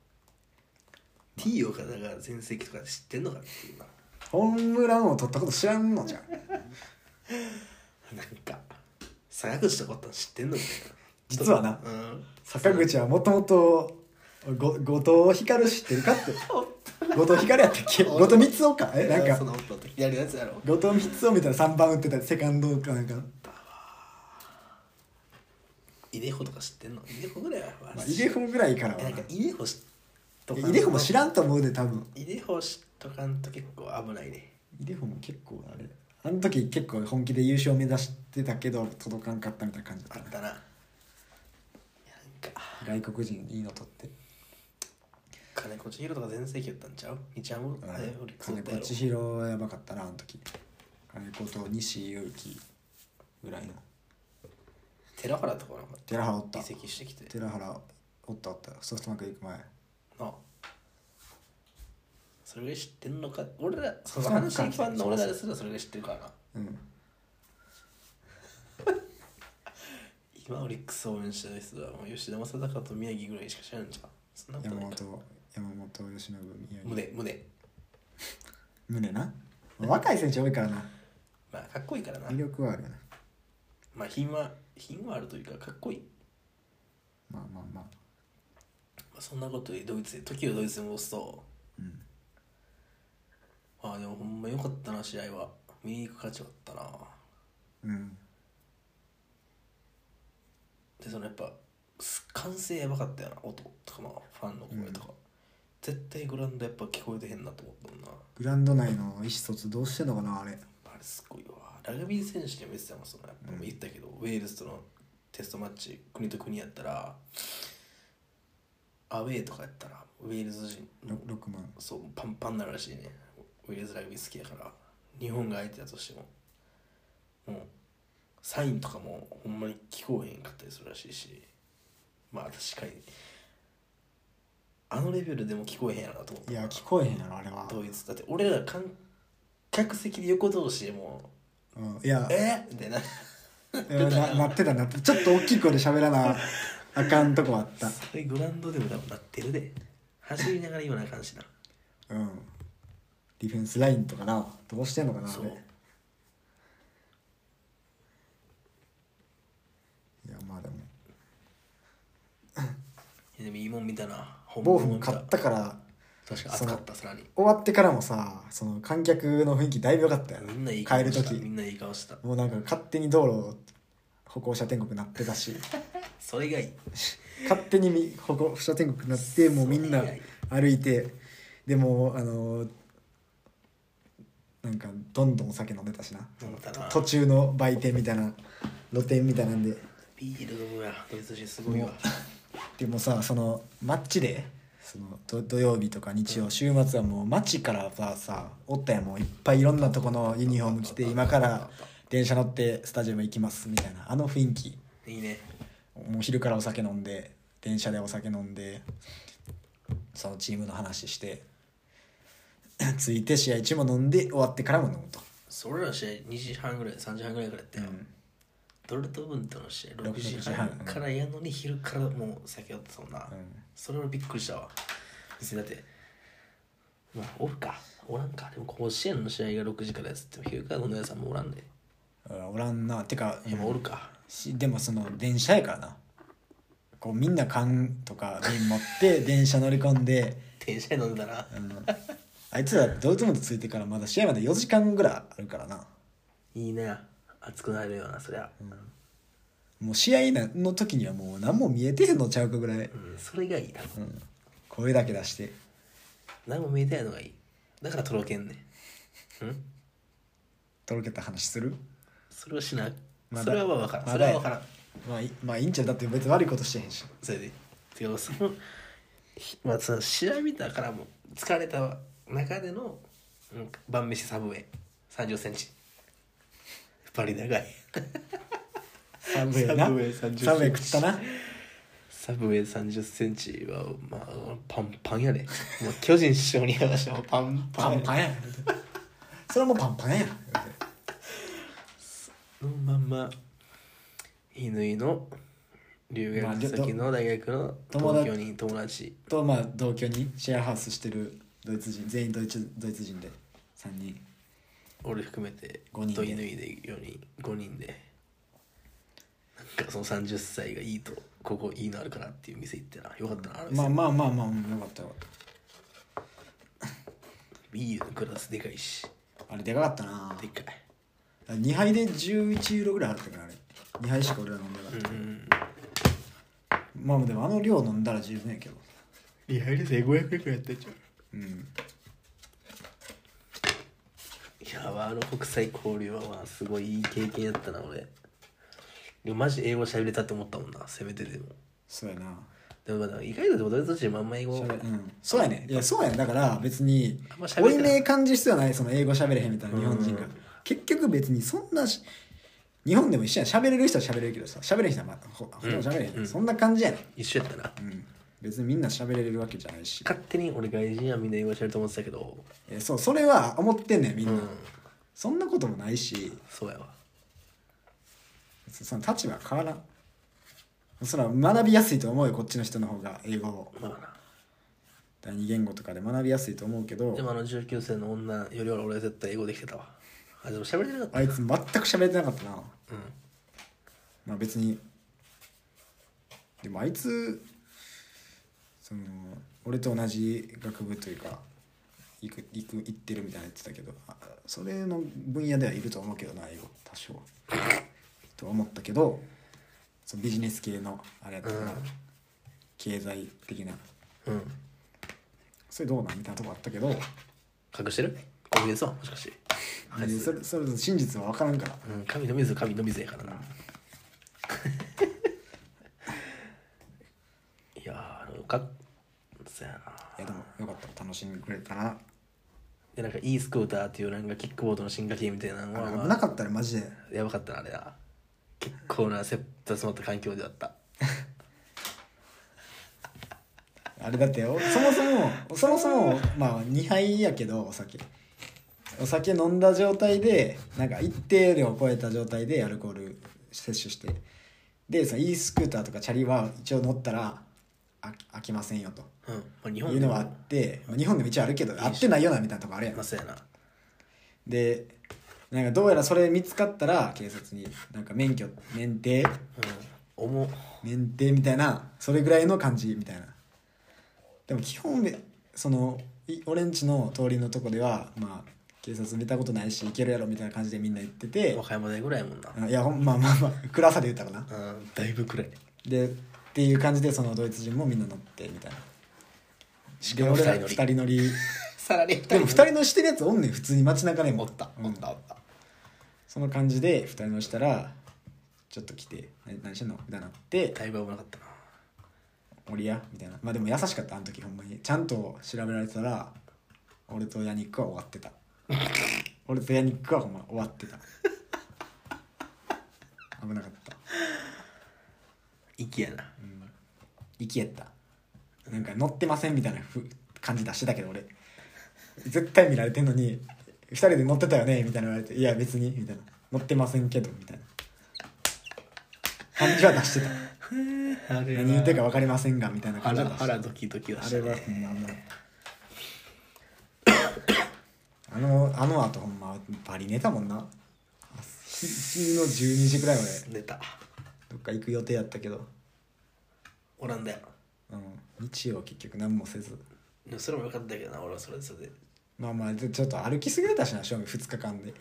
[SPEAKER 1] T 岡田が全盛期とか知ってんのかっていうな
[SPEAKER 2] ホームラン王取ったこと知らんのじゃん
[SPEAKER 1] なんか坂口とかおったの知ってんのみたいな
[SPEAKER 2] 実はな
[SPEAKER 1] うん
[SPEAKER 2] 坂口はもともとご後藤光知ってる かって後藤光やったっけ後藤光雄かえなん
[SPEAKER 1] そ
[SPEAKER 2] か
[SPEAKER 1] のおったと左のやつやろ
[SPEAKER 2] 後藤光雄みたいな3番打ってたセカンドかなんか
[SPEAKER 1] イデホとか知ってんのイデホぐらいは
[SPEAKER 2] まあイデホぐらいからは
[SPEAKER 1] なん
[SPEAKER 2] な
[SPEAKER 1] か
[SPEAKER 2] い
[SPEAKER 1] イデホしと
[SPEAKER 2] やイデホも知ら
[SPEAKER 1] ん
[SPEAKER 2] んと思うで多分
[SPEAKER 1] イデホしとかんと結構危ないね
[SPEAKER 2] イデホも結構あれあの時結構本気で優勝目指してたけど届かんかったみたいな感じだ
[SPEAKER 1] あ
[SPEAKER 2] っ
[SPEAKER 1] ったたな。なんか、
[SPEAKER 2] 外国人いいの取って
[SPEAKER 1] 金子千尋とか全盛期やったんちゃう日ハムあれ、オリックスだ
[SPEAKER 2] 金
[SPEAKER 1] ったや
[SPEAKER 2] 子
[SPEAKER 1] ろ。
[SPEAKER 2] 千尋はやばかったなあの時金子と西勇輝ぐらいの
[SPEAKER 1] 寺原とかなんか
[SPEAKER 2] 寺原おった
[SPEAKER 1] 移籍してきて。
[SPEAKER 2] 寺原おったおったソフトバンク行く前
[SPEAKER 1] あそれぐらい知ってんのか。俺ら、その
[SPEAKER 2] そうか
[SPEAKER 1] 話一般の俺らですらそれぐらい知ってるからな。
[SPEAKER 2] うん
[SPEAKER 1] 今オリックス応援してる人はもう吉田正尚と宮城ぐらいしか知らんじゃん。そんなこと
[SPEAKER 2] 山
[SPEAKER 1] ない
[SPEAKER 2] 本
[SPEAKER 1] か。
[SPEAKER 2] 山本由伸宮城
[SPEAKER 1] 胸、胸。
[SPEAKER 2] 宗な若い選手多いからな
[SPEAKER 1] まあ、かっこいいからな
[SPEAKER 2] 魅。力はあるよね
[SPEAKER 1] まあ、品は、品はあるというか、かっこいい。
[SPEAKER 2] まあまあまあ
[SPEAKER 1] まあ、そんなことよりドイツで、時をドイツに戻すと、
[SPEAKER 2] うん
[SPEAKER 1] ああ、でもほんま良かったな、試合は。見に行く価値はあったな。
[SPEAKER 2] うん
[SPEAKER 1] でそのやっぱす歓声やばかったよな音とかまあファンの声とか、絶対グラウンドやっぱ聞こえてへんなと思ったもんな
[SPEAKER 2] グラウンド内の意思疎通どうしてんのかなあれ
[SPEAKER 1] あれすごいわラグビー選手でも言ってたもんそのやっぱ言ったけど、ウェールズとのテストマッチ国と国やったらアウェーとかやったらウェールズ人
[SPEAKER 2] ろ6万
[SPEAKER 1] そうパンパンになるらしいねウェールズラグビー好きやから日本が相手だとしてももうサインとかもほんまに聞こえへんかったりするらしいしまあ確かにあのレベルでも聞こえへんやろなと思った
[SPEAKER 2] いや聞こえへんやろあれは、
[SPEAKER 1] ドイツだって俺ら観客席で横同士でも
[SPEAKER 2] うん、いや
[SPEAKER 1] うえみたいな
[SPEAKER 2] うんななってたなってちょっと大きい声で喋らなあかんとこあった
[SPEAKER 1] それグラウンドでも多分なってるで走りながら言わなあかんしな
[SPEAKER 2] うんディフェンスラインとかなどうしてんのかなあ
[SPEAKER 1] そう
[SPEAKER 2] れいやまあでも
[SPEAKER 1] いやでもいいもん見たなほんま
[SPEAKER 2] ボー
[SPEAKER 1] いいも
[SPEAKER 2] フも
[SPEAKER 1] ん見た
[SPEAKER 2] 勝ったから
[SPEAKER 1] 確かに暑かったさらに
[SPEAKER 2] 終わってからもさその観客の雰囲気だいぶ良かったよ
[SPEAKER 1] みんないい顔
[SPEAKER 2] 帰る
[SPEAKER 1] したみ
[SPEAKER 2] 時
[SPEAKER 1] んないい顔した
[SPEAKER 2] もうなんか勝手に道路歩行者天国なって たし
[SPEAKER 1] それがいい
[SPEAKER 2] 勝手にみ歩行者天国になってもうみんな
[SPEAKER 1] それ以
[SPEAKER 2] 歩いてでもうあのーなんかどんどんお酒飲んでたしな
[SPEAKER 1] 飲んでたな
[SPEAKER 2] 途中の売店みたいな露店みたいなんで
[SPEAKER 1] ビール飲むやドイツ人すごいわ
[SPEAKER 2] もでもさそのマッチでその土土曜日とか日曜週末はもう街からささおったやんもういっぱいいろんなとこのユニフォーム着て今から電車乗ってスタジアム行きますみたいなあの雰囲気
[SPEAKER 1] いいね
[SPEAKER 2] もう昼からお酒飲んで電車でお酒飲んでそのチームの話して着いて試合中も飲んで終わってからも飲むと、
[SPEAKER 1] それらの試合2時半ぐらい3時半ぐらいからやったよ、ドルトムントの試合6時半からやのに昼からもう酒おってそうな、
[SPEAKER 2] うん
[SPEAKER 1] それ俺びっくりしたわ別にだってまあおるかおらんかでも甲子園の試合が6時からやつって昼から飲んだやつはもうおらんで、
[SPEAKER 2] あおらんなてか
[SPEAKER 1] いやもうおるか
[SPEAKER 2] しでもその電車やからなこうみんな缶とか瓶 持って電車乗り込んで、
[SPEAKER 1] 電車に飲んでたな、
[SPEAKER 2] うんあいつらドイツモンド着いてからまだ試合まで4時間ぐらいあるからない
[SPEAKER 1] いね熱くなるようなそりゃ、
[SPEAKER 2] もう試合なの時にはもう何も見えてへんのちゃうかぐらい、
[SPEAKER 1] うんそれがいいな
[SPEAKER 2] うん、声だけ出して
[SPEAKER 1] 何も見えたいのがいいだからとろけんねんうん
[SPEAKER 2] とろけた話する
[SPEAKER 1] それはしない、
[SPEAKER 2] まだ
[SPEAKER 1] それは分からん、
[SPEAKER 2] ま
[SPEAKER 1] それ
[SPEAKER 2] だ
[SPEAKER 1] は
[SPEAKER 2] や
[SPEAKER 1] 分からん
[SPEAKER 2] まあいまあいいんちゃうだって別に悪いことしてへんし
[SPEAKER 1] それでてかそのひまあその試合見たからも疲れた中での、うん、晩飯サブウェイ3 0ンチやっぱり長い
[SPEAKER 2] サブウェイな
[SPEAKER 1] サブウェイ30
[SPEAKER 2] サブウェイ食ったな
[SPEAKER 1] サブウェイ3 0ンチはまあパンパンやでもう巨人師匠に話してもパンパン
[SPEAKER 2] パ
[SPEAKER 1] や
[SPEAKER 2] ン
[SPEAKER 1] で
[SPEAKER 2] パンやんそれはもうパンパンやん
[SPEAKER 1] のまんま乾の留
[SPEAKER 2] まあ
[SPEAKER 1] 学
[SPEAKER 2] で
[SPEAKER 1] 先の大学の
[SPEAKER 2] 友達
[SPEAKER 1] 東京に友達
[SPEAKER 2] とまあ同居にシェアハウスしてるドイツ人全員ドイツドイツ人で3人
[SPEAKER 1] 俺含めて
[SPEAKER 2] 五人
[SPEAKER 1] と
[SPEAKER 2] で
[SPEAKER 1] 乾で4人5人でなんかその30歳がいいとここいいのあるからっていう店行ってなよかったなあの店、
[SPEAKER 2] まあまあまあまあうんよかったよ
[SPEAKER 1] ビールのグラスでかいし
[SPEAKER 2] あれでかかったな
[SPEAKER 1] でかい
[SPEAKER 2] 2杯で11ユーロぐらいあったからあれ2杯しか俺ら飲んだから、
[SPEAKER 1] うん
[SPEAKER 2] まあでもあの量飲んだら十分やけど
[SPEAKER 1] リハリ生500円くらいやってんじゃん
[SPEAKER 2] うん
[SPEAKER 1] いやわあの国際交流はまあすごいいい経験やったな俺でもマジ英語喋れたって思ったもんなせめてでも
[SPEAKER 2] そうやな
[SPEAKER 1] でもまあでも意外とでもドイツ人もあんま英語
[SPEAKER 2] 喋うんそうやねいやそうやねだから別に
[SPEAKER 1] あんま喋
[SPEAKER 2] 負
[SPEAKER 1] れ
[SPEAKER 2] い
[SPEAKER 1] てない
[SPEAKER 2] 目感じ必要ないその英語喋れへんみたいな日本人が
[SPEAKER 1] うん
[SPEAKER 2] 結局別にそんなし日本でも一緒やん喋れる人は喋れるけどさ喋れる人はまあほほとんど喋れへん、
[SPEAKER 1] うん
[SPEAKER 2] そんな感じやね、
[SPEAKER 1] 一緒やったなん
[SPEAKER 2] うん、別にみんな喋れるわけじゃないし、
[SPEAKER 1] 勝手に俺外人はみんな英語喋ると思ってたけど
[SPEAKER 2] えそうそれは思ってんねんみん
[SPEAKER 1] う
[SPEAKER 2] な、
[SPEAKER 1] ん
[SPEAKER 2] そんなこともないし
[SPEAKER 1] そうやわ
[SPEAKER 2] 別にその立場は変わらんそら学びやすいと思うよこっちの人の方が英語を
[SPEAKER 1] まあな
[SPEAKER 2] 第二言語とかで学びやすいと思うけど
[SPEAKER 1] でもあの19歳の女よりは俺は絶対英語できてたわあでも喋れてなかった
[SPEAKER 2] あいつ全く喋れてなかったな
[SPEAKER 1] うん
[SPEAKER 2] まあ別にでもあいつその俺と同じ学部というか行く行く行ってるみたいな言ってたけどあそれの分野ではいると思うけどな英語 多少と思ったけどそのビジネス系のあれやったから、
[SPEAKER 1] うん
[SPEAKER 2] 経済的な
[SPEAKER 1] うん
[SPEAKER 2] それどうなんみたいなとこあったけど
[SPEAKER 1] 隠してるコンビニさもしかしてあい
[SPEAKER 2] で
[SPEAKER 1] つ
[SPEAKER 2] それそれ真実は分からんから
[SPEAKER 1] うん神の水神の水やからな いやーあのかっそうやない
[SPEAKER 2] やでもよかった楽しんでくれたな
[SPEAKER 1] でなんか e スクーターっていうなんかキックボードの進化系みたいなのは、
[SPEAKER 2] 危
[SPEAKER 1] ま
[SPEAKER 2] な
[SPEAKER 1] あ、
[SPEAKER 2] かったらマジで
[SPEAKER 1] やばかったなあれな結構な切羽詰まった環境であった
[SPEAKER 2] あれだってよそもそもそもそもまあ2杯やけどお酒お酒飲んだ状態でなんか一定量を超えた状態でアルコール摂取してでその e スクーターとかチャリは一応乗ったらあ飽きませんよと
[SPEAKER 1] うん、まあ、日
[SPEAKER 2] いう
[SPEAKER 1] 本で
[SPEAKER 2] の
[SPEAKER 1] も
[SPEAKER 2] はあってまあ日本でも一応あるけど合ってないよなみたいなとこあるやん
[SPEAKER 1] まあそうやな
[SPEAKER 2] でなんかどうやらそれ見つかったら警察になんか免許免停
[SPEAKER 1] うん重っ
[SPEAKER 2] 免停みたいなそれぐらいの感じみたいなでも基本めそのい俺んちの通りのとこではまあ警察見たことないし行けるやろみたいな感じでみんな言ってて
[SPEAKER 1] 和歌山大ぐらいやもんな
[SPEAKER 2] あいやほんまあまあまあ暗さで言ったらな
[SPEAKER 1] うんだいぶくらい
[SPEAKER 2] でっていう感じでそのドイツ人もみんな乗ってみたいな
[SPEAKER 1] し
[SPEAKER 2] で
[SPEAKER 1] かも
[SPEAKER 2] 俺ら
[SPEAKER 1] 二人乗り
[SPEAKER 2] 2人乗り
[SPEAKER 1] さらに2
[SPEAKER 2] でも2人乗りしてるやつおんねん普通に街中でも
[SPEAKER 1] おったおったおった
[SPEAKER 2] その感じで2人乗りしたらちょっと来て「な何してんの?」みたいになって
[SPEAKER 1] だいぶ危なかったな
[SPEAKER 2] 「俺や」みたいなまあでも優しかったあの時ほんまにちゃんと調べられてたら俺とヤニックは終わってた 俺とヤニックはほんま終わってた危なかった
[SPEAKER 1] 息やな
[SPEAKER 2] 行きやったなんか乗ってませんみたいなふ感じ出してたけど俺絶対見られてんのに「2人で乗ってたよね」みたいな言われて「いや別に」みたいな「乗ってませんけど」みたいな感じは出してた
[SPEAKER 1] あれ
[SPEAKER 2] 何言ってるか分かりませんがみたいな感じ
[SPEAKER 1] 腹
[SPEAKER 2] は出してた
[SPEAKER 1] 腹ドキドキだ
[SPEAKER 2] あ
[SPEAKER 1] し
[SPEAKER 2] れ
[SPEAKER 1] た
[SPEAKER 2] は
[SPEAKER 1] ね
[SPEAKER 2] ほんまあのあのあの後ほんまバリ寝たもんなひ昼の12時くらいまで
[SPEAKER 1] 出た
[SPEAKER 2] どっか行く予定やったけど、
[SPEAKER 1] オランダや
[SPEAKER 2] うん、日曜結局何もせず
[SPEAKER 1] でもそれもよかったけどな俺はそれでそれで
[SPEAKER 2] まあまあでちょっと歩きすぎれたしな正味2日間で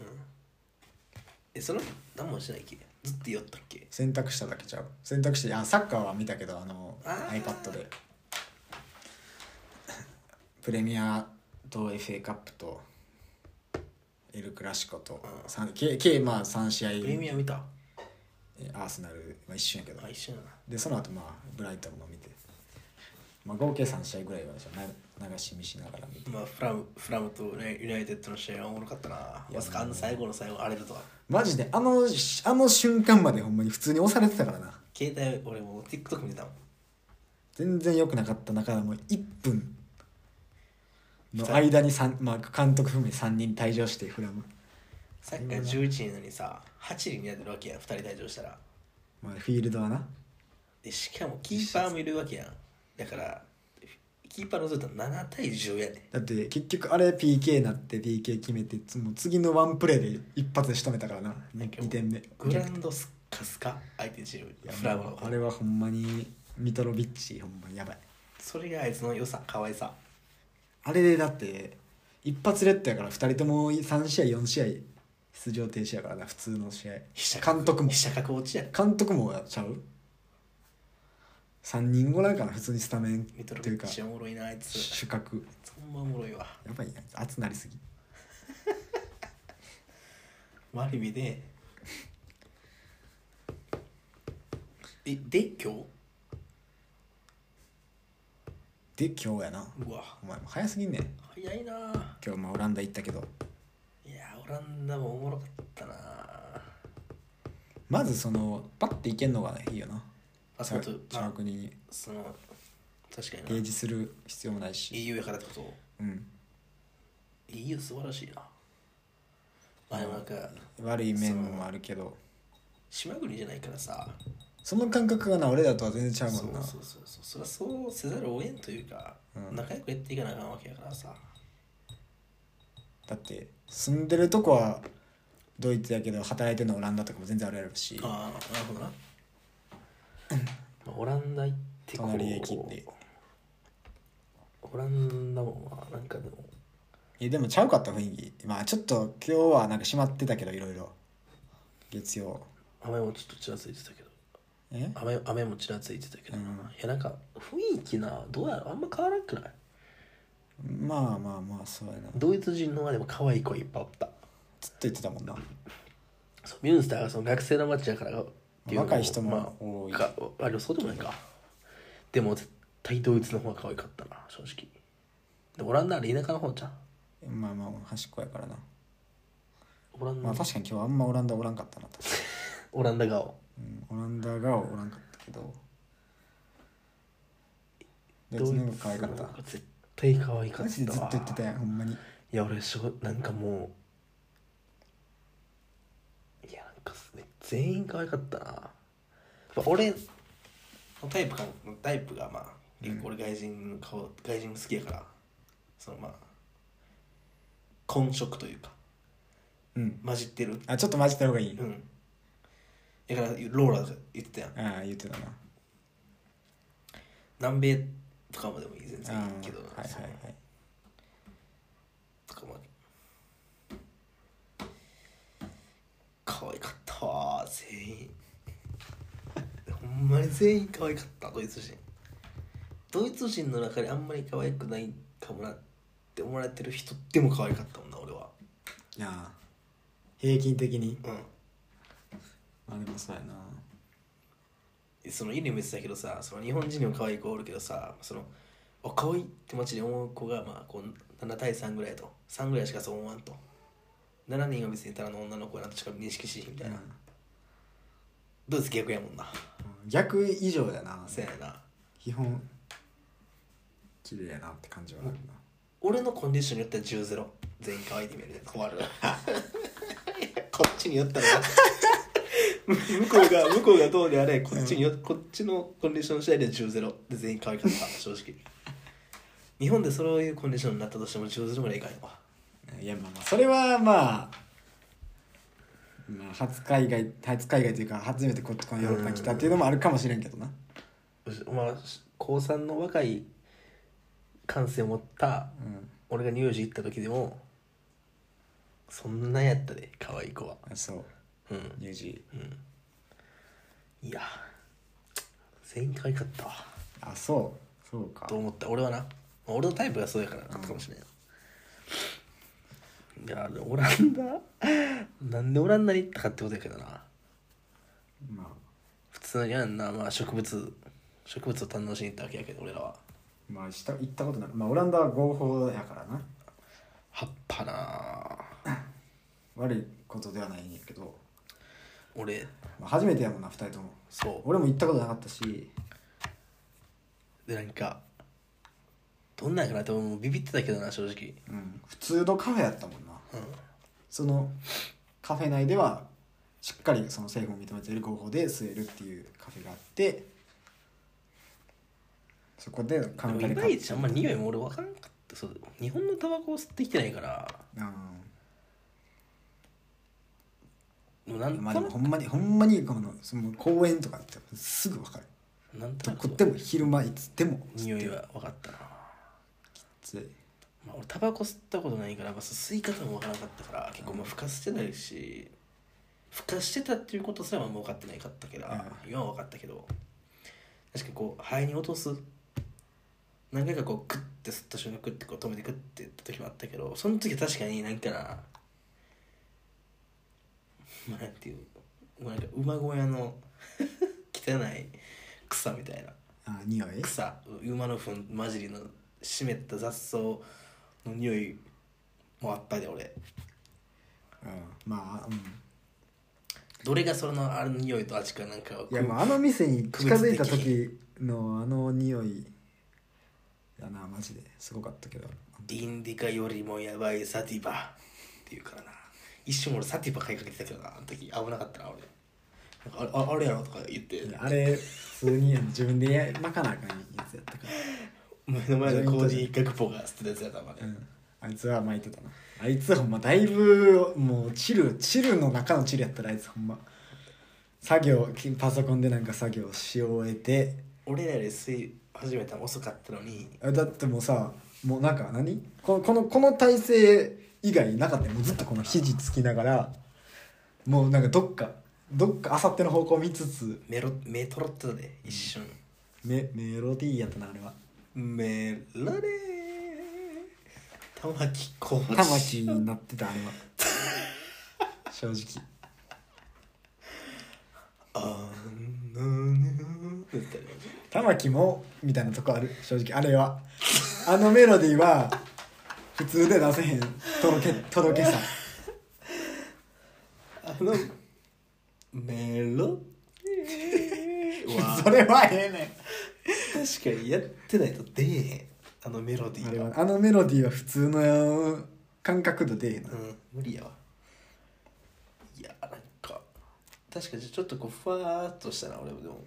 [SPEAKER 1] えその日何もしないっけずっと酔ったっけ
[SPEAKER 2] 洗濯しただけちゃう洗濯してあサッカーは見たけどあの
[SPEAKER 1] あー
[SPEAKER 2] iPad でプレミアと FA カップとエル・クラシコとさん計計まあ3試合
[SPEAKER 1] プレミア見た
[SPEAKER 2] えアーセナル、まあ、一瞬やけど
[SPEAKER 1] あ一緒やな
[SPEAKER 2] でその後まあブライトンも見て、まあ、合計3試合ぐらいはじゃあな流し見しながら見て
[SPEAKER 1] まあフラムフラムとねユナイテッドの試合はおもろかったなまさかあの最後の最後荒れるとは
[SPEAKER 2] マジであのあの瞬間までほんまに普通に押されてたからな
[SPEAKER 1] 携帯俺もう TikTok 見てたもん
[SPEAKER 2] 全然良くなかった中でもう1分の間に三、まあ、監督含め3人退場してフラム、
[SPEAKER 1] サッカー11人なのにさ8人になってるわけやん2人退場したら
[SPEAKER 2] まあ、フィールドはな
[SPEAKER 1] でしかもキーパーもいるわけやんだからキーパーのずっと7対10やで
[SPEAKER 2] だって結局あれ PK なって PK 決めてつもう次のワンプレーで一発で仕留めたからな
[SPEAKER 1] なんか
[SPEAKER 2] 2, 点目
[SPEAKER 1] グラウンドスッカスカ相手チーム
[SPEAKER 2] いや
[SPEAKER 1] フラムの
[SPEAKER 2] もうあれはほんまにミトロビッチほんまにやばい
[SPEAKER 1] それがあいつの良さ可愛さ
[SPEAKER 2] あれでだって一発レッドやから2人とも3試合4試合出場停止やからな普通の試合
[SPEAKER 1] 飛車角
[SPEAKER 2] 監督も
[SPEAKER 1] 飛車角落ちやん
[SPEAKER 2] 監督もちゃう3人後なんかな普通にスタメン
[SPEAKER 1] ミトロ
[SPEAKER 2] と
[SPEAKER 1] ビ
[SPEAKER 2] いう
[SPEAKER 1] ッ
[SPEAKER 2] か
[SPEAKER 1] チおもろいなあいつ
[SPEAKER 2] 主角
[SPEAKER 1] ほんまおもろいわ
[SPEAKER 2] やばいやん熱なりすぎ
[SPEAKER 1] マリビでえで今日
[SPEAKER 2] で今日やな
[SPEAKER 1] うわ
[SPEAKER 2] お前も早すぎんねん
[SPEAKER 1] 早いなあ
[SPEAKER 2] 今日まあオランダ行ったけど
[SPEAKER 1] いやオランダもおもろかったなあ
[SPEAKER 2] まずそのパッて行けんのがいいよな
[SPEAKER 1] あそ
[SPEAKER 2] さ
[SPEAKER 1] うそう
[SPEAKER 2] 違う国に
[SPEAKER 1] その確か
[SPEAKER 2] 提
[SPEAKER 1] にな
[SPEAKER 2] 示する必要もないし
[SPEAKER 1] EU やからってこと
[SPEAKER 2] うん、
[SPEAKER 1] EU 素晴らしいなまあでもなんか
[SPEAKER 2] 悪い面もあるけど
[SPEAKER 1] 島国じゃないからさ
[SPEAKER 2] その感覚がな俺らとは全然ちゃう
[SPEAKER 1] そうそ
[SPEAKER 2] もんな
[SPEAKER 1] うそうそうそりゃそうせざるを得んというか、
[SPEAKER 2] うん
[SPEAKER 1] 仲良くやっていかなあかんわけやからさ
[SPEAKER 2] だって住んでるとこはドイツやけど働いてるのはオランダとかも全然あるやろうし
[SPEAKER 1] ああなるほどな、まあ、オランダ行ってこう
[SPEAKER 2] 隣へ切って
[SPEAKER 1] オランダもまあなんかでも
[SPEAKER 2] えでもちゃうかった雰囲気まあちょっと今日はなんか閉まってたけどいろいろ月曜
[SPEAKER 1] 雨もちょっとちらついてたけど
[SPEAKER 2] え
[SPEAKER 1] 雨雨もちらついてたけどな、
[SPEAKER 2] うん
[SPEAKER 1] いやなんか雰囲気などうやろあんま変わらんくない
[SPEAKER 2] まあまあまあそうやなずっと
[SPEAKER 1] ドイツ人の方でも可愛い子いっぱいおった
[SPEAKER 2] 言ってたもんな
[SPEAKER 1] そうミュンスターがその学生の街やからっていうの
[SPEAKER 2] 若い人も多い
[SPEAKER 1] まあ、かあれそうでもないかでも絶対ドイツの方が可愛かったな正直でオランダあれ田舎の方じゃん
[SPEAKER 2] まあまあ端っこやからな
[SPEAKER 1] オランダ、
[SPEAKER 2] まあ確かに今日あんまオランダおらんかったな確か
[SPEAKER 1] オランダ顔
[SPEAKER 2] に、うん、オランダがおらんかったけどドイツの方が可愛かっ
[SPEAKER 1] ドイツの
[SPEAKER 2] た
[SPEAKER 1] 方が絶対可愛かったわ
[SPEAKER 2] マジでずっと言ってたやんほんまに
[SPEAKER 1] いや俺しょなんかもういやなんかすね全員可愛かったなやっぱ俺のタイプかタイプがまあ結構俺外人の顔、外人好きやからそのまあ混色というか
[SPEAKER 2] うん
[SPEAKER 1] 混じってる
[SPEAKER 2] あちょっと混じった方がいい、
[SPEAKER 1] うんだからローラが言ってたやん
[SPEAKER 2] ああ言ってたな
[SPEAKER 1] 南米とかまでもいい全然いい
[SPEAKER 2] あ
[SPEAKER 1] けど
[SPEAKER 2] あはい
[SPEAKER 1] そ
[SPEAKER 2] はい
[SPEAKER 1] の
[SPEAKER 2] はい
[SPEAKER 1] とかまで可愛かったわ全員 ほんまに全員可愛かったドイツ人ドイツ人の中であんまり可愛くないかもなって思われてる人でも可愛かったもんな俺はい
[SPEAKER 2] やー平均的に
[SPEAKER 1] うん
[SPEAKER 2] あでもそうやな
[SPEAKER 1] その犬見てたけどさその日本人にも可愛い子おるけどさそのお可愛いって街で思う子がまあこう7対3ぐらいと3ぐらいしかそう思わんと7人が見せたらの女の子やなとしか認識しひんみたいな、どうです逆やもんな
[SPEAKER 2] うん逆以上やな
[SPEAKER 1] せやな
[SPEAKER 2] 基本綺麗やなって感じはあるな
[SPEAKER 1] 俺のコンディションによっては10ゼロ全員可愛いで見えるね困るな こっちによったらな向こうが向こうがどうであれこっちによ、こっちのコンディション次第で10ゼロで全員可愛かった正直日本でそういうコンディションになったとしても10ゼロぐらいいかへんわ
[SPEAKER 2] いやまあまあそれはまあ、まあ、初海外初海外というか初めてこっちこのヨーロッパに来たっていうのもあるかもしれんけどな
[SPEAKER 1] まあ高3の若い感性を持った
[SPEAKER 2] うん
[SPEAKER 1] 俺が乳児行った時でもそんなんやったで可愛い子は
[SPEAKER 2] あそう
[SPEAKER 1] うん
[SPEAKER 2] ニュージ
[SPEAKER 1] いや全員可愛かったわ
[SPEAKER 2] ーあそうそうか
[SPEAKER 1] と思った俺はな俺のタイプがそうやからなかもしれない、いやでオランダなんでオランダに 行ったかってことやけどな
[SPEAKER 2] まあ
[SPEAKER 1] 普通にあんな、まあ、植物植物を堪能しに行ったわけやけど俺らは
[SPEAKER 2] まあした行ったことないまあオランダは合法やからな
[SPEAKER 1] 葉っぱなあ
[SPEAKER 2] 悪いことではないんやけど、
[SPEAKER 1] 俺
[SPEAKER 2] まあ、初めてやもんな2人とも
[SPEAKER 1] そう
[SPEAKER 2] 俺も行ったことなかったし
[SPEAKER 1] でなんかどんなんやかなって俺もうビビってたけどな正直
[SPEAKER 2] うん、普通のカフェやったもんな、
[SPEAKER 1] うん
[SPEAKER 2] そのカフェ内ではしっかりその政府を認めている合法で吸えるっていうカフェがあってそこでカ
[SPEAKER 1] で
[SPEAKER 2] ウ
[SPEAKER 1] もい
[SPEAKER 2] ンターで
[SPEAKER 1] ま
[SPEAKER 2] 買
[SPEAKER 1] い
[SPEAKER 2] っ
[SPEAKER 1] ちあんま匂いも俺分からんかったそう日本のタバコを吸ってきてないからもうな
[SPEAKER 2] うんん
[SPEAKER 1] と
[SPEAKER 2] まあ
[SPEAKER 1] な
[SPEAKER 2] で
[SPEAKER 1] く
[SPEAKER 2] もほんまにほんまにこのその公園とかってすぐ分かる
[SPEAKER 1] なんと
[SPEAKER 2] ど
[SPEAKER 1] な
[SPEAKER 2] こ
[SPEAKER 1] く
[SPEAKER 2] でも昼間いつでも
[SPEAKER 1] 匂いは分かったな、
[SPEAKER 2] つい
[SPEAKER 1] まあ、俺タバコ吸ったことないから、まあ、吸い方も分からなかったから結構まあふかしてないしふかしてたっていうことすらも分かってないかったけど、今は分かったけど確かこう肺に落とす何回かこうクッて吸った瞬間クッてこう止めてクッてやった時もあったけどその時は確かになんかなまあなんていうもうなんか馬小屋の 汚い草みたいな
[SPEAKER 2] あ匂い
[SPEAKER 1] 草馬の糞混じりの湿った雑草の匂いもあったで俺
[SPEAKER 2] まあ、うん、
[SPEAKER 1] どれがそのあれの匂いと味かなんかを
[SPEAKER 2] いやまああの店に近づいた
[SPEAKER 1] 区別で
[SPEAKER 2] 時のあの匂いやなマジですごかったけど
[SPEAKER 1] ディンディカよりもやばいサティバっていうからな一瞬俺サティバ買いかけてたけどなあの時危なかったな俺なんかあれああれやろとか言って
[SPEAKER 2] いやあれ普通に自分でやまかなあかんやつやったか
[SPEAKER 1] 目の前のコーディー・ガクポが捨てたやつやったまで、
[SPEAKER 2] ら、うん、あいつは巻いてたなあいつほんまだいぶもうチルチルの中のチルやったらあいつほんま作業パソコンでなんか作業し終えて
[SPEAKER 1] 俺らより吸い始めたの遅かったのに
[SPEAKER 2] あだってもうさもうなんか何ここのこの体勢以外なかったよもうずっとこの肘つきながらもうなんかどっかどっかあさっての方向見つつ
[SPEAKER 1] メロ目とろってたで一瞬、
[SPEAKER 2] メメロディーやったなあれは
[SPEAKER 1] メロディー玉木浩二
[SPEAKER 2] 魂になってたあれは正直
[SPEAKER 1] あのねって言ったよね
[SPEAKER 2] 玉木もみたいなとこある正直あれはあのメロディーは普通で出せへん届け届けさ
[SPEAKER 1] あのメロディーは
[SPEAKER 2] それはええね
[SPEAKER 1] 確かにやってないと出えへんあのメロディ
[SPEAKER 2] んあ
[SPEAKER 1] ー
[SPEAKER 2] れ
[SPEAKER 1] が
[SPEAKER 2] はあのメロディーは普通の感覚度でええな
[SPEAKER 1] うん無理やわいやなんか確かにちょっとこうふわーっとしたな俺もでも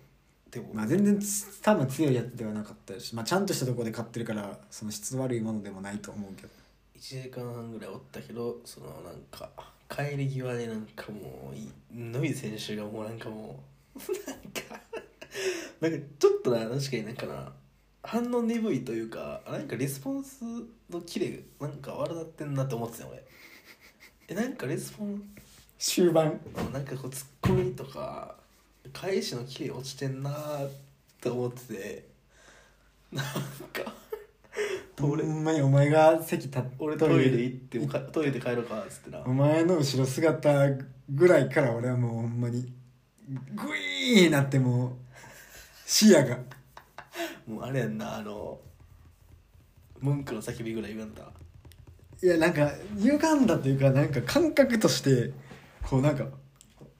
[SPEAKER 1] でも、
[SPEAKER 2] まあ全然つ多分強いやつではなかったし、まあ、ちゃんとしたとこで買ってるからその質悪いものでもないと思うけど
[SPEAKER 1] 1時間半ぐらいおったけどそのなんか帰り際でなんかもういのみ選手がもうなんかもう なんかなんかちょっとな確かになんかな反応鈍いというかなんかレスポンスのキレなんか悪なってんなって思ってたよ俺えなんかレスポン
[SPEAKER 2] 終盤
[SPEAKER 1] なんかこうツッコミとか返しのキレ落ちてんなーって思っててなんか
[SPEAKER 2] ほんまにお前が席立っ
[SPEAKER 1] 俺トイレ行ってもかトイレで帰ろうかっつってな
[SPEAKER 2] お前の後ろ姿ぐらいから俺はもうほんまにグイーンなってもう視野が
[SPEAKER 1] もうあれやんなあの文句の叫びぐらい言わんた
[SPEAKER 2] いやなんか歪んだというかなんか感覚としてこうなんか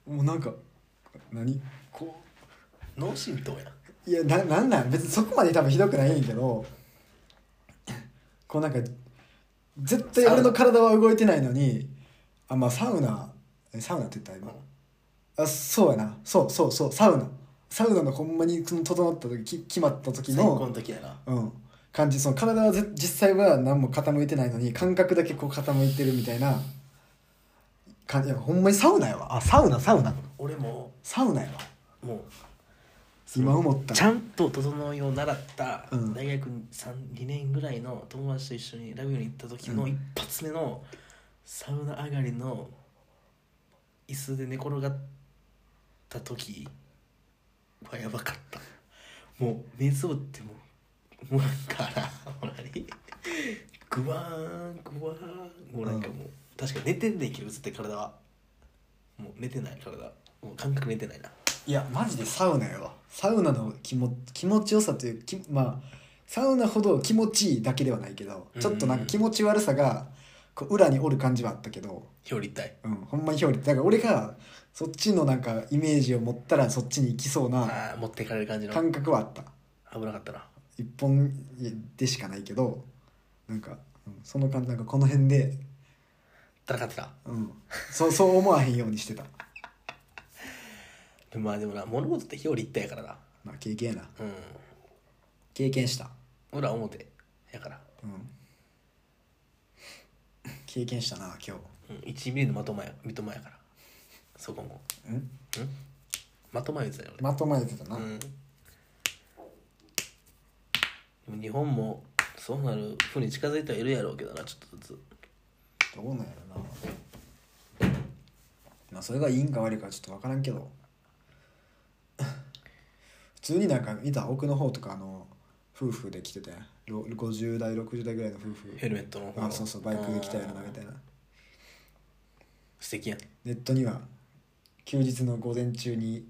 [SPEAKER 2] もうなんか何こ
[SPEAKER 1] 脳震盪やん
[SPEAKER 2] ういやななんなん別にそこまで多分ひどくないんやけどこうなんか絶対俺の体は動いてないのにあまあサウナえサウナって言った今あそうやなそうそうそうサウナサウナのほんまにその整った時き決まった時
[SPEAKER 1] 最高
[SPEAKER 2] の
[SPEAKER 1] の時やな
[SPEAKER 2] うん、感じその体はぜ実際は何も傾いてないのに感覚だけこう傾いてるみたいな感じいやほんまにサウナやわあサウナサウナ
[SPEAKER 1] 俺も
[SPEAKER 2] サウナやわ
[SPEAKER 1] もう
[SPEAKER 2] 今思った
[SPEAKER 1] ちゃんと整いを習った
[SPEAKER 2] うん
[SPEAKER 1] 大学2年ぐらいの友達と一緒にラグビーに行った時の一発目のサウナ上がりの椅子で寝転がった時はやばかったもう目つぶってももうなんかなほらにグワーングワーンもうなんかもう、確かに寝てんねんけど絶対体はもう寝てない体もう感覚寝てないない
[SPEAKER 2] やマジでサウナやわサウナの気も気持ちよさというきまあサウナほど気持ちいいだけではないけどちょっとなんか気持ち悪さがこう裏におる感じはあったけど、
[SPEAKER 1] 表裏一体
[SPEAKER 2] うん、ほんまに表裏だから俺がそっちのなんかイメージを持ったらそっちに行きそうな
[SPEAKER 1] あー持ってかれる感じの
[SPEAKER 2] 感覚はあった。
[SPEAKER 1] 危なかったな
[SPEAKER 2] 一本でしかないけどなんか、うんその感じなんかこの辺で、
[SPEAKER 1] 戦ってた
[SPEAKER 2] うん、そうそう思わへんようにしてた、
[SPEAKER 1] でもまあでもな物事って表裏一体やからな
[SPEAKER 2] まあ、経験やな
[SPEAKER 1] うん
[SPEAKER 2] 経験した、
[SPEAKER 1] 裏表やから、
[SPEAKER 2] うん、経験したな今
[SPEAKER 1] うん、1ミリのまとまや三笘やからそこも
[SPEAKER 2] 日ん
[SPEAKER 1] うんまとま言ってたよ
[SPEAKER 2] まとまえてたな、
[SPEAKER 1] 俺うんでも日本もそうなるふうに近づいてはいるやろうけどなちょっとずつ
[SPEAKER 2] どうなんやろなまあそれがいいんか悪いかちょっと分からんけど普通になんか見た奥の方とかあの夫婦で来ててろ50代60代ぐらいの夫婦
[SPEAKER 1] ヘルメットの方
[SPEAKER 2] あそうそうバイクで来たよなみたいな
[SPEAKER 1] 素敵やん
[SPEAKER 2] ネットには休日の午前中に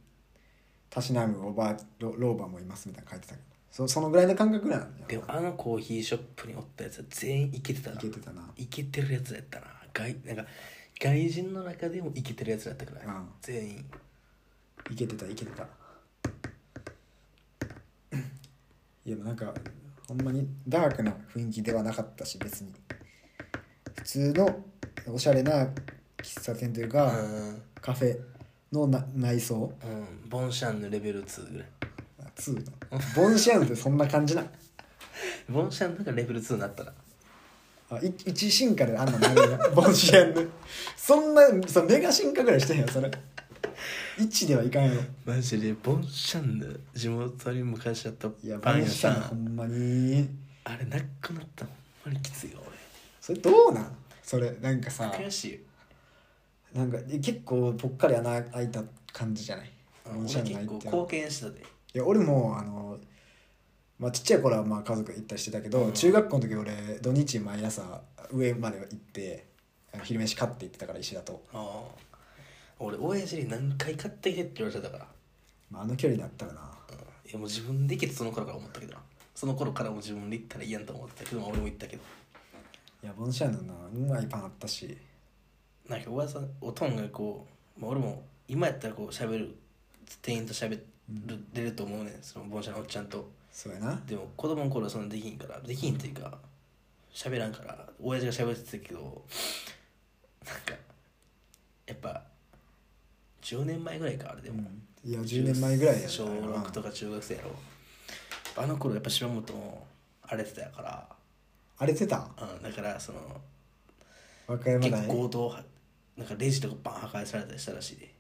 [SPEAKER 2] たしなむおばあロ老婆もいますみたいなの書いてたけどそそのぐらいの感覚ぐらいなんだ
[SPEAKER 1] で
[SPEAKER 2] よ
[SPEAKER 1] もあのコーヒーショップにおったやつは全員イケてた
[SPEAKER 2] い
[SPEAKER 1] な
[SPEAKER 2] けてたな
[SPEAKER 1] イケてるやつやったな外なんか外人の中でもイケてるやつだったくらい、
[SPEAKER 2] うん
[SPEAKER 1] 全員
[SPEAKER 2] いけてたいけてたいやもうなんかほんまにダークな雰囲気ではなかったし別に普通のおしゃれな喫茶店という
[SPEAKER 1] う
[SPEAKER 2] か、
[SPEAKER 1] ん
[SPEAKER 2] カフェのな内装
[SPEAKER 1] うん、ボンシャンのレベル2ぐらい
[SPEAKER 2] あツーのボンシャンってそんな感じな
[SPEAKER 1] ボンシャンのがレベル2になったら
[SPEAKER 2] あい一進化であんな長いなボンシアンヌそんなそのメガ進化ぐらいしてんよそれ一ではいかんよ
[SPEAKER 1] マジでボンシャンの地元に昔あった
[SPEAKER 2] いやボ
[SPEAKER 1] パン
[SPEAKER 2] ン
[SPEAKER 1] 屋
[SPEAKER 2] シ
[SPEAKER 1] さ
[SPEAKER 2] アンヌほ
[SPEAKER 1] ん
[SPEAKER 2] んまに
[SPEAKER 1] あれなくなったのほんまにきついよ
[SPEAKER 2] それどうなんそれなんかさ
[SPEAKER 1] 俺悔しい
[SPEAKER 2] なんかえ結構ぽっかり穴開いた感じじゃないボンシ
[SPEAKER 1] 俺結
[SPEAKER 2] アンヌ入
[SPEAKER 1] 構
[SPEAKER 2] って
[SPEAKER 1] 貢献したで
[SPEAKER 2] いや俺もあのまあちっちゃい頃はまあ家族行ったりしてたけど、
[SPEAKER 1] うん
[SPEAKER 2] 中学校の時俺土日毎朝上まで行ってあの昼飯買って行ってたから石だと、
[SPEAKER 1] ああ俺親父に何回買ってきてって言われてたから、
[SPEAKER 2] まあ、あの距離になったらな
[SPEAKER 1] うん、いやもう自分で行けってその頃から思ったけどなその頃からもう自分で行ったら嫌んと思ってたけど、まあ、俺も行ったけど
[SPEAKER 2] いやボンシアンヌなうまいパンあったし
[SPEAKER 1] なんかおばさんおとんがこう、まあ、俺も今やったらこう喋る店員と喋る、出ると思うねんそのボンシャのおっちゃんと
[SPEAKER 2] そうやな
[SPEAKER 1] でも子供の頃はそんなできんからできんっていうか喋らんから親父が喋ってたけどなんかやっぱ10年前ぐらいかあれでも、
[SPEAKER 2] いや10年前ぐらいや
[SPEAKER 1] 小6とか中学生やろあの頃やっぱ島本も荒れてたやから、
[SPEAKER 2] 荒れてた
[SPEAKER 1] うん、だからその
[SPEAKER 2] 和歌山
[SPEAKER 1] 結
[SPEAKER 2] 大
[SPEAKER 1] 構強盗はなんかレジとかバン破壊されたりしたらしいでって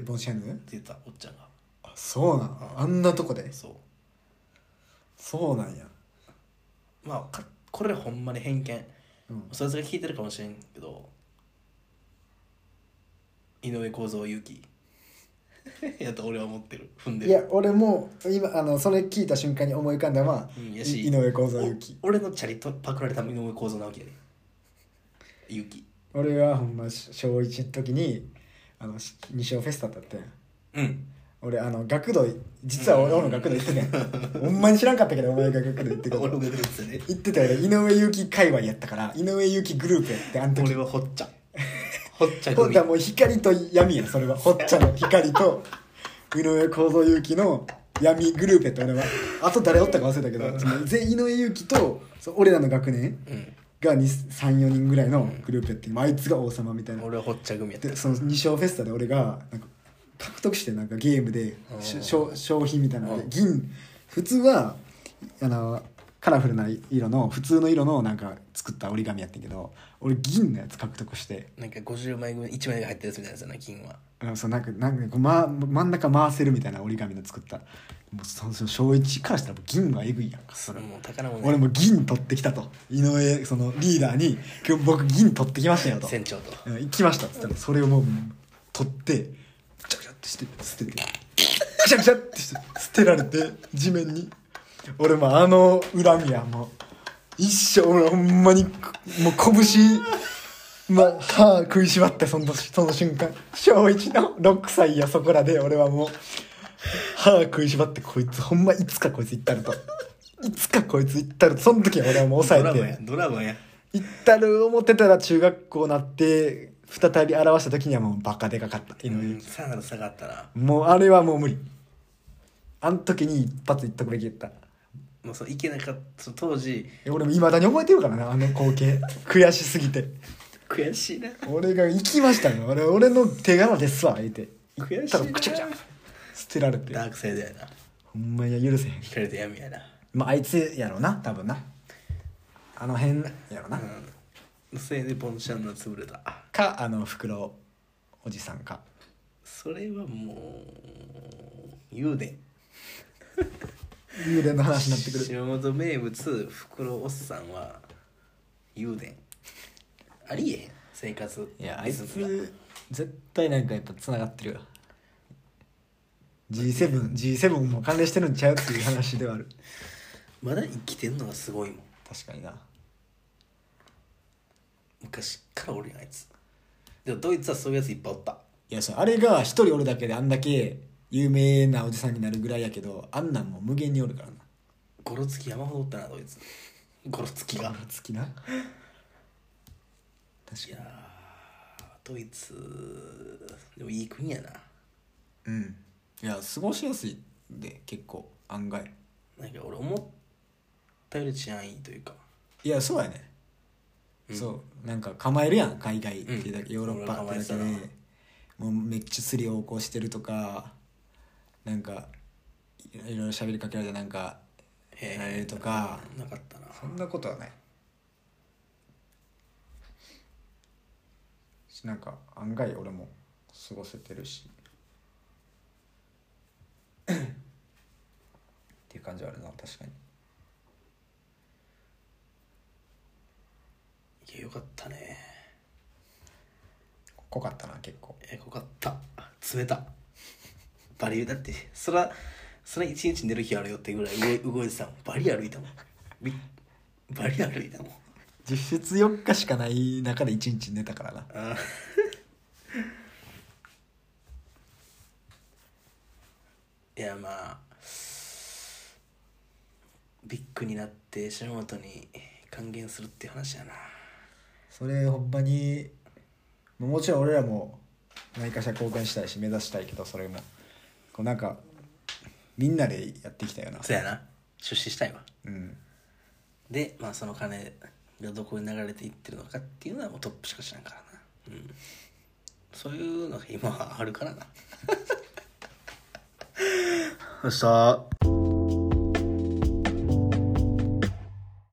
[SPEAKER 2] えボンシャンヌ
[SPEAKER 1] 言ってたおっちゃんが
[SPEAKER 2] あそうなんあんなとこで
[SPEAKER 1] そ
[SPEAKER 2] そうなんや
[SPEAKER 1] うまあかこれほんまに偏見
[SPEAKER 2] うん
[SPEAKER 1] そいつが聞いてるかもしれんけど井上公造勇気 やと俺は思ってる踏んで
[SPEAKER 2] い
[SPEAKER 1] る
[SPEAKER 2] や俺も今あのそれ聞いた瞬間に思い浮かんだのは
[SPEAKER 1] うんやし
[SPEAKER 2] い井上公造ゆき
[SPEAKER 1] お俺のチャリとパクられた井上公造なわけやで勇気
[SPEAKER 2] 俺はほんまし小1の時にあのし二章フェスタだったやん
[SPEAKER 1] うん
[SPEAKER 2] 俺あの学童実は俺俺も学童行ってねんほんまに知らんかったけどお前が学童行 ってた
[SPEAKER 1] 俺も学童行ってたね
[SPEAKER 2] 行ってたよね井上由紀界隈やったから井上由紀グループやってあの時
[SPEAKER 1] 俺はほっちゃんほっちゃん
[SPEAKER 2] 今
[SPEAKER 1] 組
[SPEAKER 2] 度はもう光と闇やそれはほっちゃんの光と井上構造勇気の闇グループやった俺はあと誰おったか忘れたけどその全井上勇気とそう俺らの学年
[SPEAKER 1] うん
[SPEAKER 2] が34人ぐらいのグループやって、まああいつが王様みたいな
[SPEAKER 1] 俺はほっちゃん組やった
[SPEAKER 2] でその2勝フェスタで俺がなんか獲得してなんかゲームで
[SPEAKER 1] あー
[SPEAKER 2] し商商品みたいなので
[SPEAKER 1] うん
[SPEAKER 2] 銀普通はあのカラフルな色の普通の色のなんか作った折り紙やってんけど俺銀のやつ獲得して
[SPEAKER 1] なんか50枚分1枚が入ってるやつみたいなやつやな金は
[SPEAKER 2] うんそうなんかなんかこう、ま、真ん中回せるみたいな折り紙の作ったもうそのその小1からしたらもう銀はえぐいやんかそれ
[SPEAKER 1] もう宝物や
[SPEAKER 2] 俺も銀取ってきたと井上そのリーダーに「今日僕銀取ってきましたよ」と
[SPEAKER 1] 船長と
[SPEAKER 2] うん行きましたっつったらそれをもう取ってぐちゃぐちゃってして捨ててぐちゃぐちゃってして捨てられて地面に俺もあの恨みはもう一生俺ほんまにもう拳まあ、歯食いしばってそのその瞬間小1の6歳やそこらで俺はもう歯食いしばってこいつほんまいつかこいつ行ったるといつかこいつ行ったるとその時は俺はもう
[SPEAKER 1] ド
[SPEAKER 2] 抑え
[SPEAKER 1] ラ
[SPEAKER 2] て
[SPEAKER 1] マやドラマや
[SPEAKER 2] 行ったる思ってたら中学校なって再び表した時にはもうバカでかかった井上
[SPEAKER 1] うんさらなる差があったな
[SPEAKER 2] もうあれはもう無理あの時に一発言っとくべきやった
[SPEAKER 1] もうそういけなかったその当時
[SPEAKER 2] え俺もいまだに覚えてるからなあの光景悔しすぎて
[SPEAKER 1] 悔しいな
[SPEAKER 2] 俺が行きましたね俺俺の手柄ですわ言うて
[SPEAKER 1] 悔
[SPEAKER 2] 行っ
[SPEAKER 1] しい
[SPEAKER 2] たら
[SPEAKER 1] な
[SPEAKER 2] くちゃくちゃ捨てられて
[SPEAKER 1] ダークサイドやな
[SPEAKER 2] ほんまに許せへん
[SPEAKER 1] 光と闇やな
[SPEAKER 2] まああいつやろうな多分なあの辺やろうな、
[SPEAKER 1] うんそれでボンシャンの潰れた
[SPEAKER 2] かあの袋おじさんか
[SPEAKER 1] それはもう言うで
[SPEAKER 2] 幽霊の話になってくる
[SPEAKER 1] 島本名物袋おっさんは幽電ありえへん生活
[SPEAKER 3] いやあいつ
[SPEAKER 1] リズムが
[SPEAKER 3] 絶対なんかやっぱつながってるよ
[SPEAKER 2] G7G7 も関連してるんちゃうっていう話ではある
[SPEAKER 1] まだ生きてんのがすごいもん
[SPEAKER 3] 確かにな
[SPEAKER 1] 昔からおるやんあいつでもドイツはそういうやついっぱいおった
[SPEAKER 2] いやそうあれが一人おるだけであんだけ有名なおじさんになるぐらいやけどあんなんもう無限におるからな
[SPEAKER 1] ゴロつき山ほどおったなドイツゴロつきが
[SPEAKER 2] 好き
[SPEAKER 1] い
[SPEAKER 2] な
[SPEAKER 1] やードイツでもいい国やな
[SPEAKER 2] うんいや過ごしやすいで結構案外
[SPEAKER 1] なんか俺思ったより治安いいというか
[SPEAKER 2] いやそうやね、そうなんか構えるやん海外ってだけ、
[SPEAKER 1] う
[SPEAKER 2] ヨ
[SPEAKER 1] ん
[SPEAKER 2] ーロッパってだけで
[SPEAKER 1] 俺は構えて
[SPEAKER 2] もうめっちゃスリ横行してるとかなんかいろいろ喋りかけられてなんかやられるとか、
[SPEAKER 1] なかったな
[SPEAKER 2] そんなことはないしなんか案外俺も過ごせてる しっていう感じはあるな確かに
[SPEAKER 1] いやよかったね
[SPEAKER 2] 濃かったな結構
[SPEAKER 1] えよかった冷たバリだってそらそら一日寝る日あるよってぐらい動い動いてたもんバリ歩いたもんびバリ歩いたもん
[SPEAKER 2] 実質4日しかない中で1日寝たからな
[SPEAKER 1] あーいやまあビッグになって島本に還元するっていう話やな
[SPEAKER 2] それほんまにもうもちろん俺らも何かしら貢献したいし目指したいけどそれもこうなんかみんなでやっていきたいよな
[SPEAKER 1] そやな出資したいわ
[SPEAKER 2] うん
[SPEAKER 1] で、まあ、その金がどこに流れていってるのかっていうのはもうトップしか知らんからな、うん、そういうのが今はあるからなよっしゃー